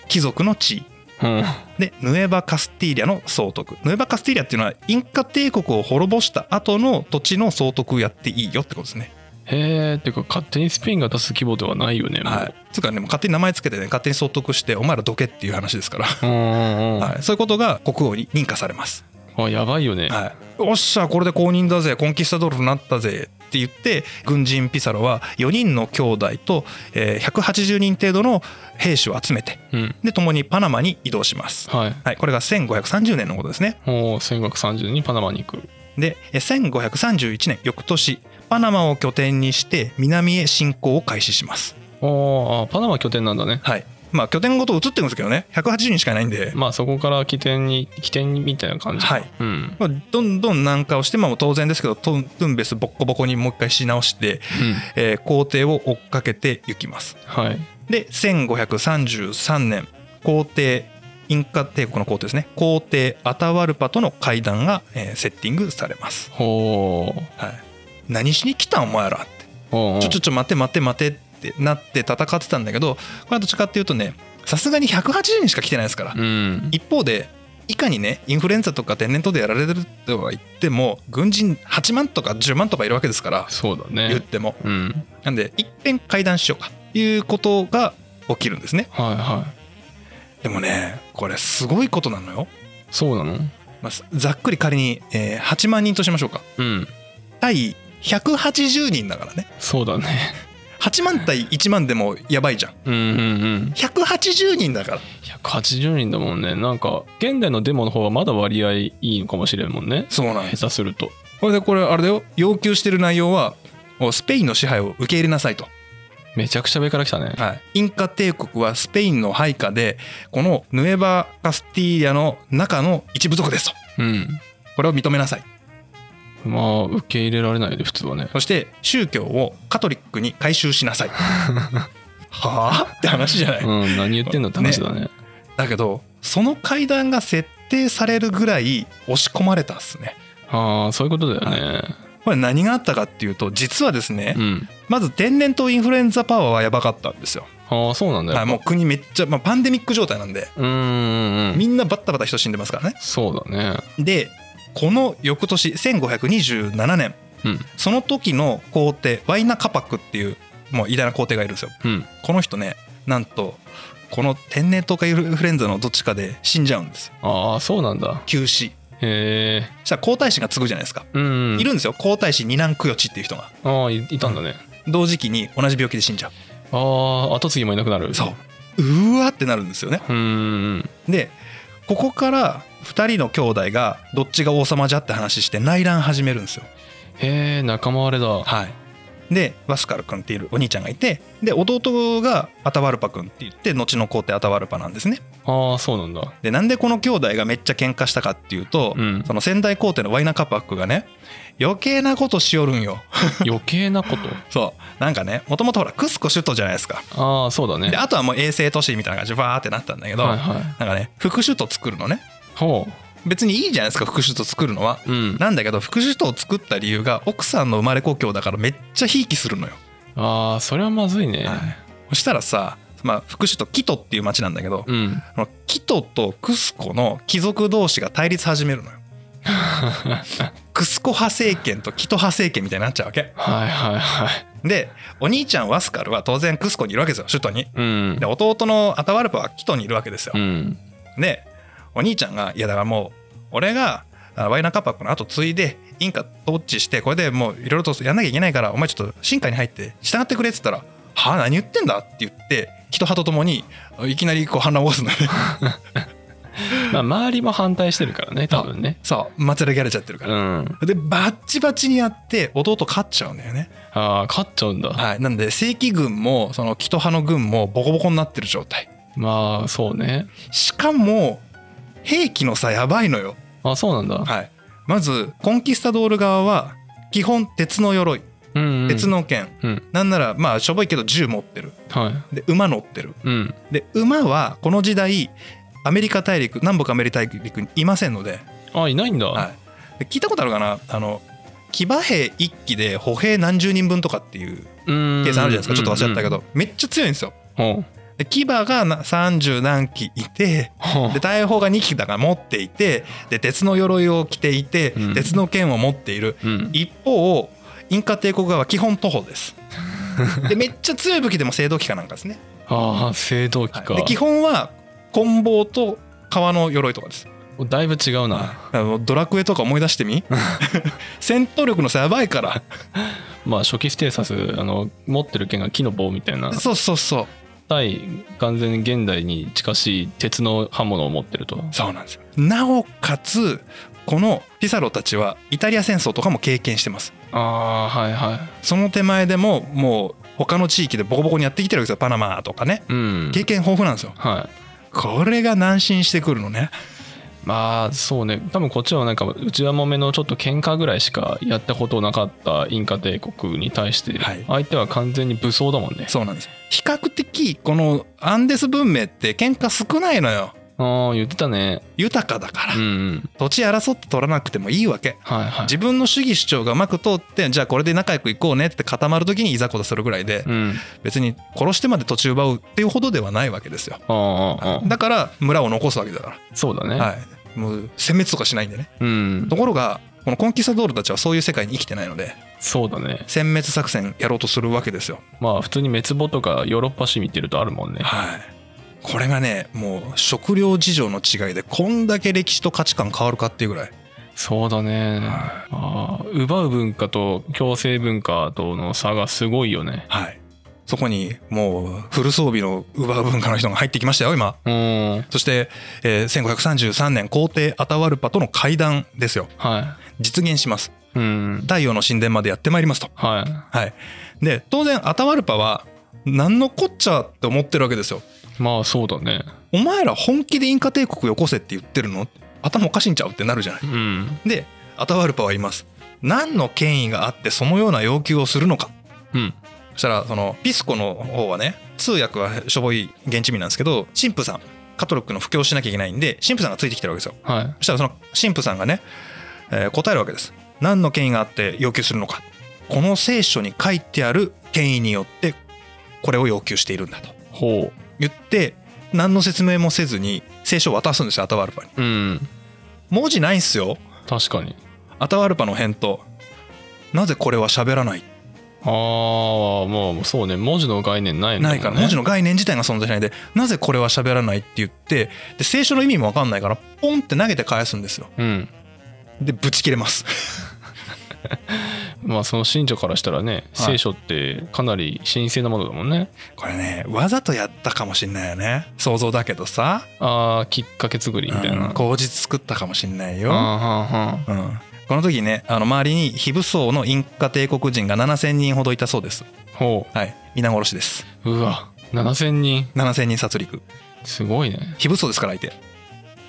[SPEAKER 2] 貴族の地位
[SPEAKER 1] うんうん
[SPEAKER 2] でヌエバ・カスティーリャの総督ヌエバ・カスティーリャっていうのはインカ帝国を滅ぼした後の土地の総督をやっていいよってことですね
[SPEAKER 1] へへえっていうか勝手にスペインが出す規模ではないよねもう
[SPEAKER 2] はい、つうかねもう勝手に名前つけてね勝手に総督してお前らどけっていう話ですから、
[SPEAKER 1] うんうんうん、
[SPEAKER 2] はい、そういうことが国王に認可されます、
[SPEAKER 1] あやばいよね、
[SPEAKER 2] はい、おっしゃこれで公認だぜコンキスタドールになったぜって言って軍人ピサロは4人の兄弟とえー180人程度の兵士を集めて
[SPEAKER 1] うん
[SPEAKER 2] で共にパナマに移動します、
[SPEAKER 1] はい
[SPEAKER 2] はい、これが1530年のことですね
[SPEAKER 1] もう1530年にパナマに行く
[SPEAKER 2] でえー1531年翌年パナマを拠点にして南へ侵攻を開始します
[SPEAKER 1] おーあパナマ拠点なんだね
[SPEAKER 2] はいまあ拠点ごと移ってるんですけどね180人しかいないんで、
[SPEAKER 1] まあそこから起点に起点にみたいな感じか
[SPEAKER 2] はい
[SPEAKER 1] うん
[SPEAKER 2] まあ、どんどん南下をして、まあ、当然ですけどトントゥンベスボッコボコにもう一回し直し
[SPEAKER 1] う
[SPEAKER 2] て、
[SPEAKER 1] ん
[SPEAKER 2] えー皇帝を追っかけていきます
[SPEAKER 1] はい
[SPEAKER 2] で1533年皇帝インカ帝国の皇帝ですね皇帝アタワルパとの会談が、えーセッティングされます、
[SPEAKER 1] ほー
[SPEAKER 2] はい、何しに来たんお前らって
[SPEAKER 1] おうおう
[SPEAKER 2] ちょちょちょ待て待て待てってなって戦ってたんだけどこれはどっちかっていうとねさすがに180人しか来てないですから、
[SPEAKER 1] うん
[SPEAKER 2] 一方でいかにねインフルエンザとか天然痘でやられてるとは言っても軍人8万とか10万とかいるわけですから
[SPEAKER 1] そうだ
[SPEAKER 2] 言
[SPEAKER 1] ね
[SPEAKER 2] っても
[SPEAKER 1] うん
[SPEAKER 2] なんで一遍会談しようかいうことが起きるんですね
[SPEAKER 1] はいは
[SPEAKER 2] でもねこれすごいことなのよ、
[SPEAKER 1] いそうなの
[SPEAKER 2] まあ、ざっくり仮に、えー8万人としましょうか
[SPEAKER 1] うん
[SPEAKER 2] 対180人だからね
[SPEAKER 1] そうだね
[SPEAKER 2] 8万対1万でもやばいじゃん
[SPEAKER 1] うんうんうん
[SPEAKER 2] 180人だから
[SPEAKER 1] 180人だもんねなんか現代のデモの方がまだ割合いいのかもしれんもんね
[SPEAKER 2] そうなんです
[SPEAKER 1] 下手すると
[SPEAKER 2] これでこれあれだよ要求してる内容はおスペインの支配を受け入れなさいと
[SPEAKER 1] めちゃくちゃ上から来たね
[SPEAKER 2] はい、インカ帝国はスペインの配下でこのヌエバ・カスティーリャの中の一部族ですと
[SPEAKER 1] うん
[SPEAKER 2] これを認めなさい
[SPEAKER 1] まあ受け入れられないで普通はね
[SPEAKER 2] そして宗教をカトリックに改宗しなさい はあって話じゃない、
[SPEAKER 1] うん何言ってんだって話だね
[SPEAKER 2] だけどその会談が設定されるぐらい押し込まれたっすね
[SPEAKER 1] ああそういうことだよね、
[SPEAKER 2] これ何があったかっていうと実はですね、
[SPEAKER 1] うん
[SPEAKER 2] まず天然痘インフルエンザパワーはやばかったんですよ、
[SPEAKER 1] ああそうなんだよ、
[SPEAKER 2] はい、もう国めっちゃ、まあ、パンデミック状態なんで
[SPEAKER 1] うんうんうん
[SPEAKER 2] みんなバッタバタ人死んでますからね
[SPEAKER 1] そうだね
[SPEAKER 2] でこの翌年1527年
[SPEAKER 1] うん
[SPEAKER 2] その時の皇帝ワイナ・カパックっていうもう偉大な皇帝がいるんですよ
[SPEAKER 1] うん
[SPEAKER 2] この人ねなんとこの天然痘かインフルエンザのどっちかで死んじゃうんですよ
[SPEAKER 1] ああそうなんだ
[SPEAKER 2] 急死
[SPEAKER 1] へえ
[SPEAKER 2] そしたら皇太子が継ぐじゃないですか、
[SPEAKER 1] うん
[SPEAKER 2] いるんですよ皇太子二男供養地っていう人が
[SPEAKER 1] ああいいたんだね、
[SPEAKER 2] 同時期に同じ病気で死んじゃう
[SPEAKER 1] ああ後継ぎもいなくなる
[SPEAKER 2] そううわってなるんですよね
[SPEAKER 1] うんうん
[SPEAKER 2] でここから2人の兄弟がどっちが王様じゃって話して内乱始めるんですよ
[SPEAKER 1] へえ仲間割れだは
[SPEAKER 2] はい、でワスカル君っていうお兄ちゃんがいてで弟がアタワルパ君って言って後の皇帝アタワルパなんですね
[SPEAKER 1] ああそうなん だ
[SPEAKER 2] でなんでこの兄弟がめっちゃ喧嘩したかっていうと、
[SPEAKER 1] うん
[SPEAKER 2] その先代皇帝のワイナカパックがね余計なことしよるんよ
[SPEAKER 1] 余計なこ
[SPEAKER 2] そうなんかねもともとほらクスコ首都じゃないですか
[SPEAKER 1] とああそうだね
[SPEAKER 2] であとはもう衛星都市みたいな感じでバーってなったんだけど、
[SPEAKER 1] はいはい
[SPEAKER 2] なんかね副首都作るのね
[SPEAKER 1] ほ
[SPEAKER 2] 別にいいじゃないですか副首都作るのは、
[SPEAKER 1] ううん
[SPEAKER 2] なんだけど副首都を作った理由が奥さんの生まれ故郷だからめっちゃひいきするのよ
[SPEAKER 1] ああそれはまずいね、
[SPEAKER 2] はいそしたらさ、まあ、副首都キトっていう町なんだけど、
[SPEAKER 1] うん
[SPEAKER 2] このキトとクスコの貴族同士が対立始める のよ。クスコ派政権とキト派政権みたいになっちゃうわけ。
[SPEAKER 1] はいはいはい
[SPEAKER 2] でお兄ちゃんワスカルは当然クスコにいるわけですよ首都に。
[SPEAKER 1] うん
[SPEAKER 2] で弟のアタワルパはキトにいるわけですよ
[SPEAKER 1] う。ん
[SPEAKER 2] でお兄ちゃんが「いやだからもう俺があワイナカパックの後継いでインカ統治してこれでもういろいろとやんなきゃいけないからお前ちょっと進化に入って従ってくれ」っつったら「はあ何言ってんだ?」って言って人派と共にいきなりこう反乱を起こすのね
[SPEAKER 1] まあ周りも反対してるからね多分ね
[SPEAKER 2] そう祭り上げられちゃってるか
[SPEAKER 1] う
[SPEAKER 2] ら。
[SPEAKER 1] ん
[SPEAKER 2] でバッチバチにやって弟勝っちゃうんだよね、
[SPEAKER 1] ああ勝っちゃうんだ
[SPEAKER 2] はい、なんで正規軍もそのキト派の軍もボコボコになってる状態
[SPEAKER 1] まあそうね
[SPEAKER 2] しかも兵器の差やばいのよ
[SPEAKER 1] あそうなんだ
[SPEAKER 2] はい、まずコンキスタドール側は基本鉄の鎧
[SPEAKER 1] うん、うん、
[SPEAKER 2] 鉄の剣、
[SPEAKER 1] うん
[SPEAKER 2] なんならまあしょぼいけど銃持ってる
[SPEAKER 1] はい
[SPEAKER 2] で馬乗ってる
[SPEAKER 1] うん
[SPEAKER 2] で馬はこの時代アメリカ大陸南北アメリカ大陸にいませんので,、
[SPEAKER 1] あいないんだ、
[SPEAKER 2] はい、で聞いたことあるかなあの騎馬兵1機で歩兵何十人分とかっていう
[SPEAKER 1] うん
[SPEAKER 2] 計算あるじゃないですかちょっと忘れちゃったけどめっちゃ強いんですよ
[SPEAKER 1] うんうん
[SPEAKER 2] で騎馬がな30何機いて
[SPEAKER 1] ほう
[SPEAKER 2] で大砲が2機だから持っていてで鉄の鎧を着ていて
[SPEAKER 1] うん
[SPEAKER 2] 鉄の剣を持っている
[SPEAKER 1] うん
[SPEAKER 2] 一方インカ帝国側は基本徒歩です でめっちゃ強い武器でも青銅器かなんかですね、
[SPEAKER 1] ああ青銅器
[SPEAKER 2] はい
[SPEAKER 1] か、
[SPEAKER 2] で基本は棍棒と革の鎧とかです
[SPEAKER 1] だいぶ違うな
[SPEAKER 2] あのドラクエとか思い出して み戦闘力の差やばいから
[SPEAKER 1] まあ初期ステータスあの持ってる剣が木の棒みたいな
[SPEAKER 2] そうそうそう
[SPEAKER 1] 対完全に現代に近しい鉄の刃物を持ってると
[SPEAKER 2] そうなんですよなおかつこのピサロたちはイタリア戦争とかも経験してます
[SPEAKER 1] ああはいはい
[SPEAKER 2] その手前でももう他の地域でボコボコにやってきてるわけですよパナマとかね
[SPEAKER 1] うん
[SPEAKER 2] 経験豊富なんですよ
[SPEAKER 1] はい
[SPEAKER 2] これが難心してくるのね
[SPEAKER 1] まあそうね多分こっちはなんか内輪もめのちょっと喧嘩ぐらいしかやったことなかったインカ帝国に対して
[SPEAKER 2] はい
[SPEAKER 1] 相手は完全に武装だもんね、
[SPEAKER 2] そうなんです比較的このアンデス文明って喧嘩少ないのよ
[SPEAKER 1] ああ言ってたね
[SPEAKER 2] 豊かだから、
[SPEAKER 1] うんうん
[SPEAKER 2] 土地争って取らなくてもいいわけ
[SPEAKER 1] はいはい
[SPEAKER 2] 自分の主義主張がうまく通ってじゃあこれで仲良くいこうねって固まる時にいざこざするぐらいで
[SPEAKER 1] うん
[SPEAKER 2] 別に殺してまで土地奪うっていうほどではないわけですよ
[SPEAKER 1] ああああああ
[SPEAKER 2] だから村を残すわけだか
[SPEAKER 1] そうだね、
[SPEAKER 2] ら、はい、もう殲滅とかしないんでね
[SPEAKER 1] うん
[SPEAKER 2] ところがこのコンキスタドールたちはそういう世界に生きてないので
[SPEAKER 1] そうだね
[SPEAKER 2] 殲滅作戦やろうとするわけですよ
[SPEAKER 1] まあ普通に滅亡とかヨーロッパ史見てるとあるもんね
[SPEAKER 2] はいこれがねもう食料事情の違いでこんだけ歴史と価値観変わるかっていうぐらい、
[SPEAKER 1] そうだね、
[SPEAKER 2] は
[SPEAKER 1] ああ奪う文化と強制文化との差がすごいよね
[SPEAKER 2] はい、そこにもうフル装備の奪う文化の人が入ってきましたよ今
[SPEAKER 1] うんはい
[SPEAKER 2] そして、えー1533年皇帝アタワルパとの会談ですよ実現します
[SPEAKER 1] うん
[SPEAKER 2] 太陽の神殿までやってまいりますと
[SPEAKER 1] は
[SPEAKER 2] はい、で当然アタワルパは何のこっちゃって思ってるわけですよ。
[SPEAKER 1] いまあそうだね
[SPEAKER 2] お前ら本気でインカ帝国よこせって言ってるの頭おかしいんちゃうってなるじゃない。
[SPEAKER 1] うん
[SPEAKER 2] でアタワルパは言います。何の権威があってそのような要求をするのか
[SPEAKER 1] うん
[SPEAKER 2] そしたらそのピスコの方はね通訳はしょぼい現地民なんですけど神父さんカトリックの布教をしなきゃいけないんで神父さんがついてきてるわけですよ。
[SPEAKER 1] はい
[SPEAKER 2] そしたらその神父さんがね、えー答えるわけです。何の権威があって要求するのか。この聖書に書いてある権威によってこれを要求しているんだと
[SPEAKER 1] ほ
[SPEAKER 2] 言って何の説明もせずに聖書を渡すんですよアタワルパに。
[SPEAKER 1] ううん
[SPEAKER 2] 文字ないんすよ
[SPEAKER 1] 確かに
[SPEAKER 2] アタワルパの返答。なぜこれは喋らない
[SPEAKER 1] ああもうそうね文字の概念ないもんね
[SPEAKER 2] ないから文字の概念自体が存在しないでなぜこれは喋らないって言ってで聖書の意味も分かんないからポンって投げて返すんですよ
[SPEAKER 1] うん
[SPEAKER 2] でブチ切れます
[SPEAKER 1] まあその信者からしたらね
[SPEAKER 2] はい
[SPEAKER 1] 聖書ってかなり神聖なものだもんね、
[SPEAKER 2] これねわざとやったかもしんないよね想像だけどさ
[SPEAKER 1] ああきっかけ作りみたいな、
[SPEAKER 2] うん口実作ったかもしんない
[SPEAKER 1] あ
[SPEAKER 2] よ、
[SPEAKER 1] あはんはん
[SPEAKER 2] うん、この時ねあの周りに非武装のインカ帝国人が7,000人ほどいたそうです
[SPEAKER 1] ほ
[SPEAKER 2] はい皆殺しです
[SPEAKER 1] ううわ7,000人
[SPEAKER 2] 7,000人殺戮
[SPEAKER 1] すごいね
[SPEAKER 2] 非武装ですから相手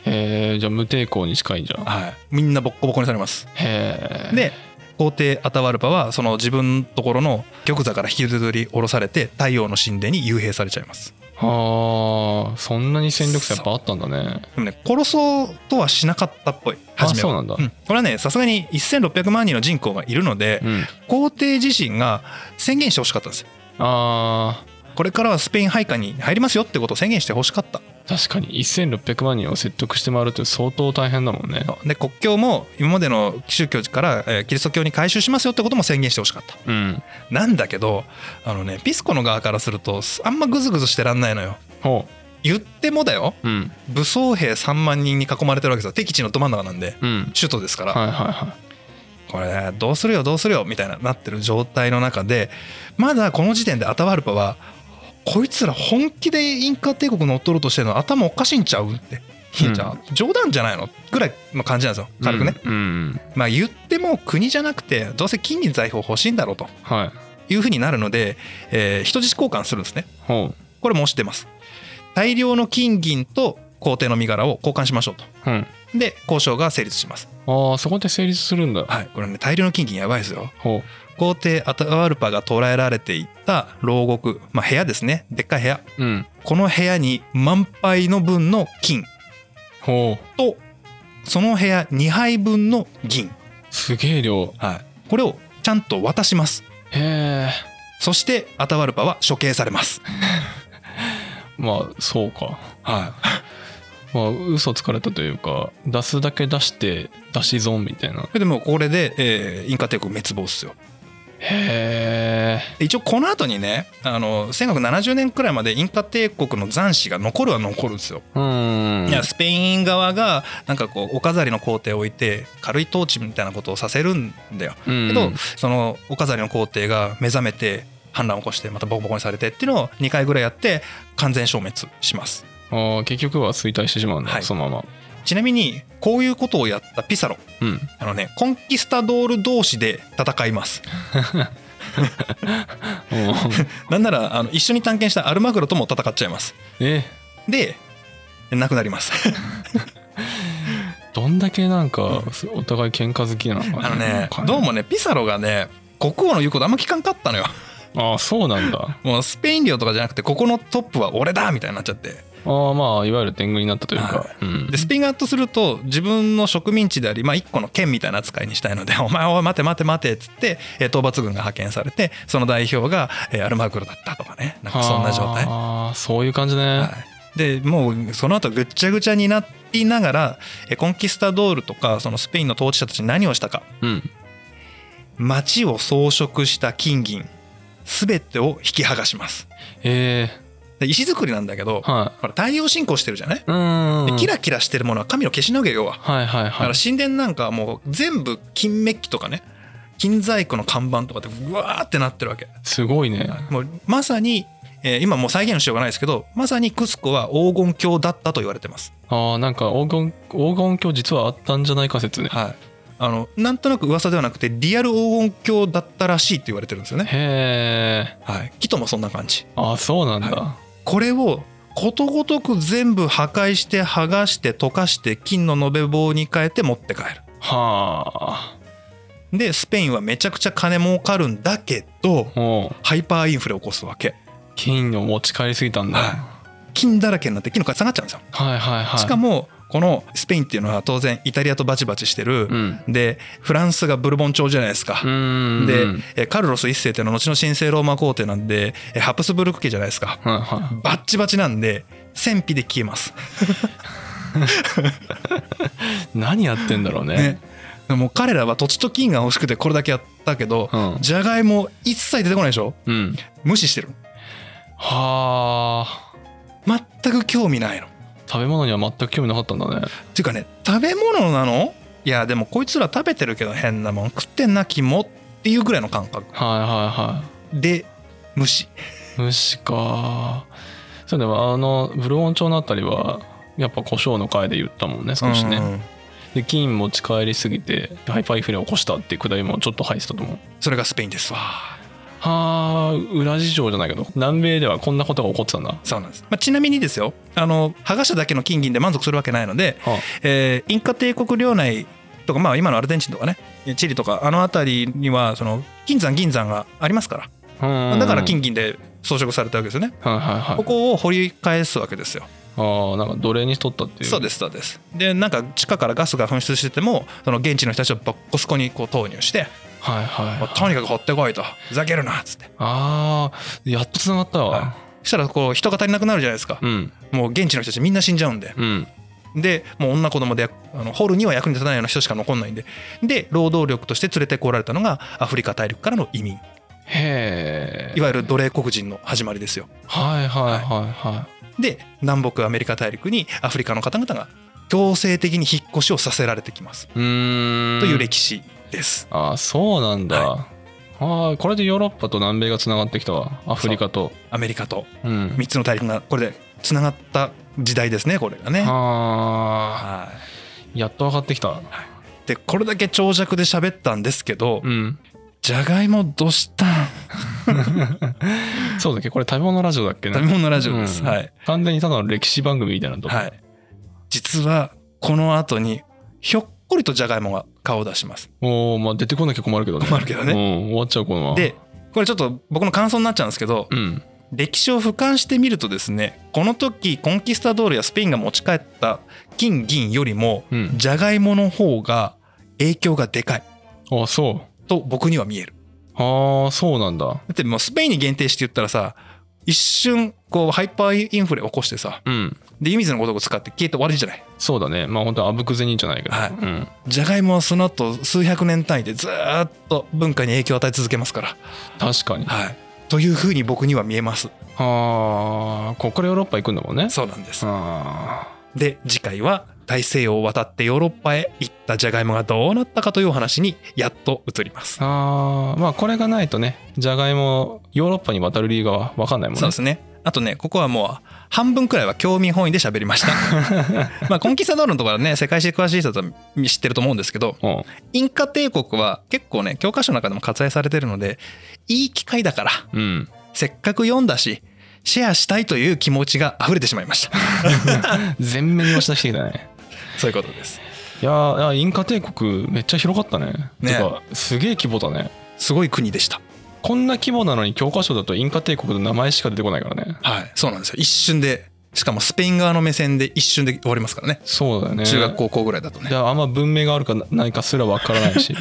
[SPEAKER 1] へえじゃあ無抵抗に近いんじゃん
[SPEAKER 2] はいみんなボッコボコにされます
[SPEAKER 1] へえ
[SPEAKER 2] で皇帝アタワルパはその自分のところの玉座から引きずり下ろされて太陽の神殿に幽閉されちゃいます
[SPEAKER 1] ああそんなに戦力差やっぱあったんだね
[SPEAKER 2] でもね殺そうとはしなかったっぽい
[SPEAKER 1] あ
[SPEAKER 2] 初めは
[SPEAKER 1] そうなんだ
[SPEAKER 2] うん、これはねさすがに1,600万人の人口がいるので、
[SPEAKER 1] うん
[SPEAKER 2] 皇帝自身が宣言してほしかったんですよ
[SPEAKER 1] あ
[SPEAKER 2] これからはスペイン配下に入りますよってことを宣言してほしかった
[SPEAKER 1] ー確かに1600万人を説得して回るって相当大変だもんね
[SPEAKER 2] で国境も今までの宗教からえーキリスト教に改宗しますよってことも宣言してほしかった
[SPEAKER 1] うん
[SPEAKER 2] なんだけどあのねピスコの側からするとすあんまグズグズしてらんないのよ
[SPEAKER 1] ほ
[SPEAKER 2] 言ってもだよ
[SPEAKER 1] ううん
[SPEAKER 2] 武装兵3万人に囲まれてるわけですよ敵地のど真ん中なんで
[SPEAKER 1] うん
[SPEAKER 2] 首都ですから、
[SPEAKER 1] はいはいは
[SPEAKER 2] これねどうするよどうするよみたいななってる状態の中でまだこの時点でアタワルパはこいつら本気でインカ帝国乗っ取ろうとしてるの頭おかしいんちゃうって。いやじゃあ冗談じゃないのぐらいの感じなんですよ
[SPEAKER 1] い
[SPEAKER 2] 軽くね、
[SPEAKER 1] うん、うん
[SPEAKER 2] まあ言っても国じゃなくてどうせ金銀財宝欲しいんだろうと
[SPEAKER 1] はい
[SPEAKER 2] いうふうになるので、えー人質交換するんですね
[SPEAKER 1] ほ
[SPEAKER 2] これ申してます大量の金銀と皇帝の身柄を交換しましょうと
[SPEAKER 1] ううん
[SPEAKER 2] で交渉が成立します
[SPEAKER 1] ああそこで成立するんだ
[SPEAKER 2] はいこれね大量の金銀やばいですよ
[SPEAKER 1] ほ
[SPEAKER 2] 皇帝アタワルパが捕らえられていた牢獄、まあ、部屋ですねでっかい部屋
[SPEAKER 1] ううん
[SPEAKER 2] この部屋に満杯の分の金
[SPEAKER 1] ほう
[SPEAKER 2] とその部屋2杯分の銀、
[SPEAKER 1] すげえ量
[SPEAKER 2] はい、これをちゃんと渡します
[SPEAKER 1] へえ
[SPEAKER 2] そしてアタワルパは処刑されます、
[SPEAKER 1] まあそうか
[SPEAKER 2] は、
[SPEAKER 1] まあ嘘つかれたというか出すだけ出して出し損みたいない
[SPEAKER 2] でもうこれで、えーインカ帝国滅亡っすよ
[SPEAKER 1] へえ
[SPEAKER 2] 一応この後にねあの1570年くらいまでインカ帝国の残滓が残るは残るんですよ。
[SPEAKER 1] うん
[SPEAKER 2] いやスペイン側がなんかこうお飾りの皇帝を置いて軽い統治みたいなことをさせるんだよ。
[SPEAKER 1] うん
[SPEAKER 2] けどそのお飾りの皇帝が目覚めて反乱を起こしてまたボコボコにされてっていうのを2回ぐらいやって完全消滅します。
[SPEAKER 1] あー結局は衰退してしまうんだ、
[SPEAKER 2] はい
[SPEAKER 1] そのまま
[SPEAKER 2] ちなみにこういうことをやったピサロ
[SPEAKER 1] うん
[SPEAKER 2] あのねコンキスタドール同士で戦います。
[SPEAKER 1] おー
[SPEAKER 2] なんならあの一緒に探検したアルマグロとも戦っちゃいます。
[SPEAKER 1] え
[SPEAKER 2] で亡くなります。
[SPEAKER 1] どんだけなんかお互い喧嘩好きなのかな
[SPEAKER 2] あのね
[SPEAKER 1] なんか、
[SPEAKER 2] どうもね、ピサロがね、国王の言うことあんま聞かんかったのよ。
[SPEAKER 1] ああそうなんだ
[SPEAKER 2] もうスペイン領とかじゃなくて、ここのトップは俺だみたいになっちゃって。
[SPEAKER 1] ああまあいわゆる天狗になったというか、
[SPEAKER 2] は
[SPEAKER 1] うん
[SPEAKER 2] で、スペイン側とすると、自分の植民地であり、まあ、一個の県みたいな扱いにしたいので、お 前、おい、待て待て待てっつって、えー討伐軍が派遣されて、その代表が、えーアルマグロだったとかね、なんかそんな状態。
[SPEAKER 1] ああそういう感じね、
[SPEAKER 2] はい、でもうその後ぐっちゃぐちゃになりながらえーコンキスタドールとかそのスペインの統治者たちに何をしたか
[SPEAKER 1] うん
[SPEAKER 2] 町を装飾した金銀全てを引き剥がします
[SPEAKER 1] え
[SPEAKER 2] で石造りなんだけど
[SPEAKER 1] えはい
[SPEAKER 2] ほら太陽信仰してるじゃない、
[SPEAKER 1] うー
[SPEAKER 2] で
[SPEAKER 1] ん
[SPEAKER 2] キラキラしてるものは神を消しなげよ要は
[SPEAKER 1] はいはい
[SPEAKER 2] だ
[SPEAKER 1] は
[SPEAKER 2] か
[SPEAKER 1] い
[SPEAKER 2] ら神殿なんかはもう全部金メッキとかね金細工の看板とかでうわーってなってるわけ
[SPEAKER 1] すごいね
[SPEAKER 2] もうまさに、えー今もう再現のしようがないですけどまさにクスコは黄金鏡だったと言われてます
[SPEAKER 1] ああなんか黄金黄金鏡実はあったんじゃないか説ね
[SPEAKER 2] はいあのなんとなく噂ではなくてリアル黄金鏡だったらしいって言われてるんですよね
[SPEAKER 1] へえ
[SPEAKER 2] はい木ともそんな感じ
[SPEAKER 1] ああそうなんだ、
[SPEAKER 2] はこれをことごとく全部破壊して剥がして溶かして金の延べ棒に変えて持って帰
[SPEAKER 1] はあ
[SPEAKER 2] るでスペインはめちゃくちゃ金儲かるんだけど
[SPEAKER 1] もう
[SPEAKER 2] ハイパーインフレを起こすわけ
[SPEAKER 1] 金を持ち帰りすぎたんだ、
[SPEAKER 2] は金だらけになって金の価値下がっちゃうんですよ
[SPEAKER 1] はい、はいはい
[SPEAKER 2] しか
[SPEAKER 1] も
[SPEAKER 2] もこのスペインっていうのは当然イタリアとバチバチして
[SPEAKER 1] う
[SPEAKER 2] る、
[SPEAKER 1] ん
[SPEAKER 2] でフランスがブルボン朝じゃないですか、
[SPEAKER 1] うーん
[SPEAKER 2] で
[SPEAKER 1] うん、
[SPEAKER 2] えーカルロス一世っていうのは後の神聖ローマ皇帝なんでえーハプスブルク家じゃないですか
[SPEAKER 1] は
[SPEAKER 2] バッチバチなんで戦費で消えます、
[SPEAKER 1] い、何やってんだろうね
[SPEAKER 2] ね、でも彼らは土地と金が欲しくてこれだけやったけど
[SPEAKER 1] うん
[SPEAKER 2] じゃがいも一切出てこないでしょ
[SPEAKER 1] うん
[SPEAKER 2] 無視してる
[SPEAKER 1] はあ
[SPEAKER 2] 全く興味ないのっ
[SPEAKER 1] 食べ物には全く興味なかったんだね
[SPEAKER 2] ていうかね食べ物なのいやでもこいつら食べてるけど変なもん食ってんな気もっていうぐらいの感覚
[SPEAKER 1] はいはいはい
[SPEAKER 2] で無視
[SPEAKER 1] 虫かそうでもあのブルボン町のあたりはやっぱ胡椒の回で言ったもんね少しね、
[SPEAKER 2] うん
[SPEAKER 1] で金持ち帰りすぎてハイパーインフレを起こしたっていうくだりもちょっと入ってたと思う
[SPEAKER 2] それがスペインですわ
[SPEAKER 1] はあ裏事情じゃないけど南米ではこんなことが起こってたんだ
[SPEAKER 2] そうなんです、まあ、ちなみにですよあの剥がしただけの金銀で満足するわけないので、
[SPEAKER 1] は
[SPEAKER 2] えーインカ帝国領内とか、まあ、今のアルゼンチンとかねチリとかあの辺りにはその金山銀山がありますか
[SPEAKER 1] あ
[SPEAKER 2] らだから金
[SPEAKER 1] はい
[SPEAKER 2] 銀で装飾されたわけですよね
[SPEAKER 1] はいはい
[SPEAKER 2] ここを掘り返すわけですよ
[SPEAKER 1] ああなんか奴隷に取ったっていう
[SPEAKER 2] そうですそうですでなんか地下からガスが噴出しててもその現地の人たちをボッコスコにこう投入して
[SPEAKER 1] はいはい、
[SPEAKER 2] もうとにかく掘ってこいとふざけるなっつって
[SPEAKER 1] ああやっとつながったわ、
[SPEAKER 2] はそしたらこう人が足りなくなるじゃないですか
[SPEAKER 1] うん
[SPEAKER 2] もう現地の人たちみんな死んじゃうんで
[SPEAKER 1] うん
[SPEAKER 2] でもう女子供であの掘るには役に立たないような人しか残んないんでで労働力として連れてこられたのがアフリカ大陸からの移民
[SPEAKER 1] へえ
[SPEAKER 2] いわゆる奴隷黒人の始まりですよ
[SPEAKER 1] はいはいはいは
[SPEAKER 2] で南北アメリカ大陸にアフリカの方々が強制的に引っ越しをさせられてきます
[SPEAKER 1] いうーん
[SPEAKER 2] という歴史です、
[SPEAKER 1] ああそうなんだ、
[SPEAKER 2] は
[SPEAKER 1] ああこれでヨーロッパと南米がつながってきたわアフリカと
[SPEAKER 2] アメリカと
[SPEAKER 1] う、ん、
[SPEAKER 2] 3つの大陸がこれでつながった時代ですねこれがね
[SPEAKER 1] ああ
[SPEAKER 2] は
[SPEAKER 1] やっと分かってきた
[SPEAKER 2] いでこれだけ長尺で喋ったんですけど
[SPEAKER 1] うん
[SPEAKER 2] じゃがいもどしたん
[SPEAKER 1] そうだっけこれ食べ物ラジオだっけね
[SPEAKER 2] 食べ物ラジオです、
[SPEAKER 1] うん
[SPEAKER 2] はい
[SPEAKER 1] 完全にただの歴史番組みたいなとこ、
[SPEAKER 2] はい。実は、この後に、ひょっこりとジャガイモが顔を出します。
[SPEAKER 1] おおまあ出てこなきゃ困るけどね
[SPEAKER 2] 困るけどね
[SPEAKER 1] うん、終わっちゃうこのまま
[SPEAKER 2] で、これちょっと僕の感想になっちゃうんですけど、
[SPEAKER 1] うん
[SPEAKER 2] 歴史を俯瞰してみるとですね、この時、コンキスタドールやスペインが持ち帰った金銀よりも、
[SPEAKER 1] うん
[SPEAKER 2] ジャガイモの方が影響がでかい
[SPEAKER 1] ああそう
[SPEAKER 2] と僕には見える。
[SPEAKER 1] ああそうなんだ
[SPEAKER 2] だってもうスペインに限定して言ったらさ、一瞬こうハイパーインフレ起こしてさ
[SPEAKER 1] うん
[SPEAKER 2] で湯水のごとく使って消えて終わりじゃない
[SPEAKER 1] そうだねまあ本当あぶく銭じゃないけど、
[SPEAKER 2] はい
[SPEAKER 1] うん、
[SPEAKER 2] じゃがいもはその後数百年単位でずーっと文化に影響を与え続けますから
[SPEAKER 1] 確かにあ
[SPEAKER 2] はいというふうに僕には見えます
[SPEAKER 1] あーここからヨーロッパ行くんだもんね
[SPEAKER 2] そうなんです
[SPEAKER 1] ああ
[SPEAKER 2] で次回は大西洋を渡ってヨーロッパへ行ったじゃがいもがどうなったかというお話にやっと移ります
[SPEAKER 1] あーまあこれがないとねじゃがいもヨーロッパに渡る理由が分かんないもんね
[SPEAKER 2] そうですね。あとね、ここはもう半分くらいは興味本位で喋りました。まあ、コンキスタドールのところはね、世界史詳しい人だと知ってると思うんですけど、
[SPEAKER 1] うん
[SPEAKER 2] インカ帝国は結構ね、教科書の中でも割愛されてるので、いい機会だから、
[SPEAKER 1] うん
[SPEAKER 2] せっかく読んだし、シェアしたいという気持ちが溢れてしまいました。
[SPEAKER 1] 全面に押し出してきたね
[SPEAKER 2] そういうことです。
[SPEAKER 1] いやーいやインカ帝国めっちゃ広かったね
[SPEAKER 2] ね
[SPEAKER 1] てかすげえ規模だね
[SPEAKER 2] すごい国でした。
[SPEAKER 1] こんな規模なのに教科書だとインカ帝国の名前しか出てこないからね
[SPEAKER 2] はい。そうなんですよ。一瞬で、しかもスペイン側の目線で一瞬で終わりますからね。
[SPEAKER 1] そうだよね
[SPEAKER 2] 中学高校ぐらいだとね
[SPEAKER 1] じ。ゃああんま文明があるかなないかすら分からない し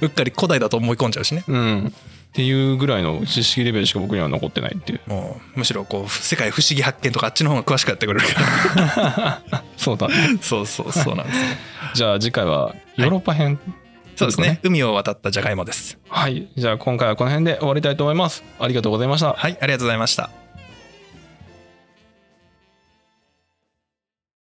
[SPEAKER 2] うっかり古代だと思い込んじゃうしね。
[SPEAKER 1] うんっていうぐらいの知識レベルしか僕には残ってないっていう
[SPEAKER 2] もうむしろこう世界不思議発見とかあっちの方が詳しくやってくれるから
[SPEAKER 1] そうだね
[SPEAKER 2] そうそうそうなんですよ
[SPEAKER 1] じゃあ次回はヨーロッパ編
[SPEAKER 2] そうですね
[SPEAKER 1] ね
[SPEAKER 2] 海を渡ったじゃがいもです
[SPEAKER 1] はい、じゃあ今回はこの辺で終わりたいと思いますありがとうございました
[SPEAKER 2] はいありがとうございました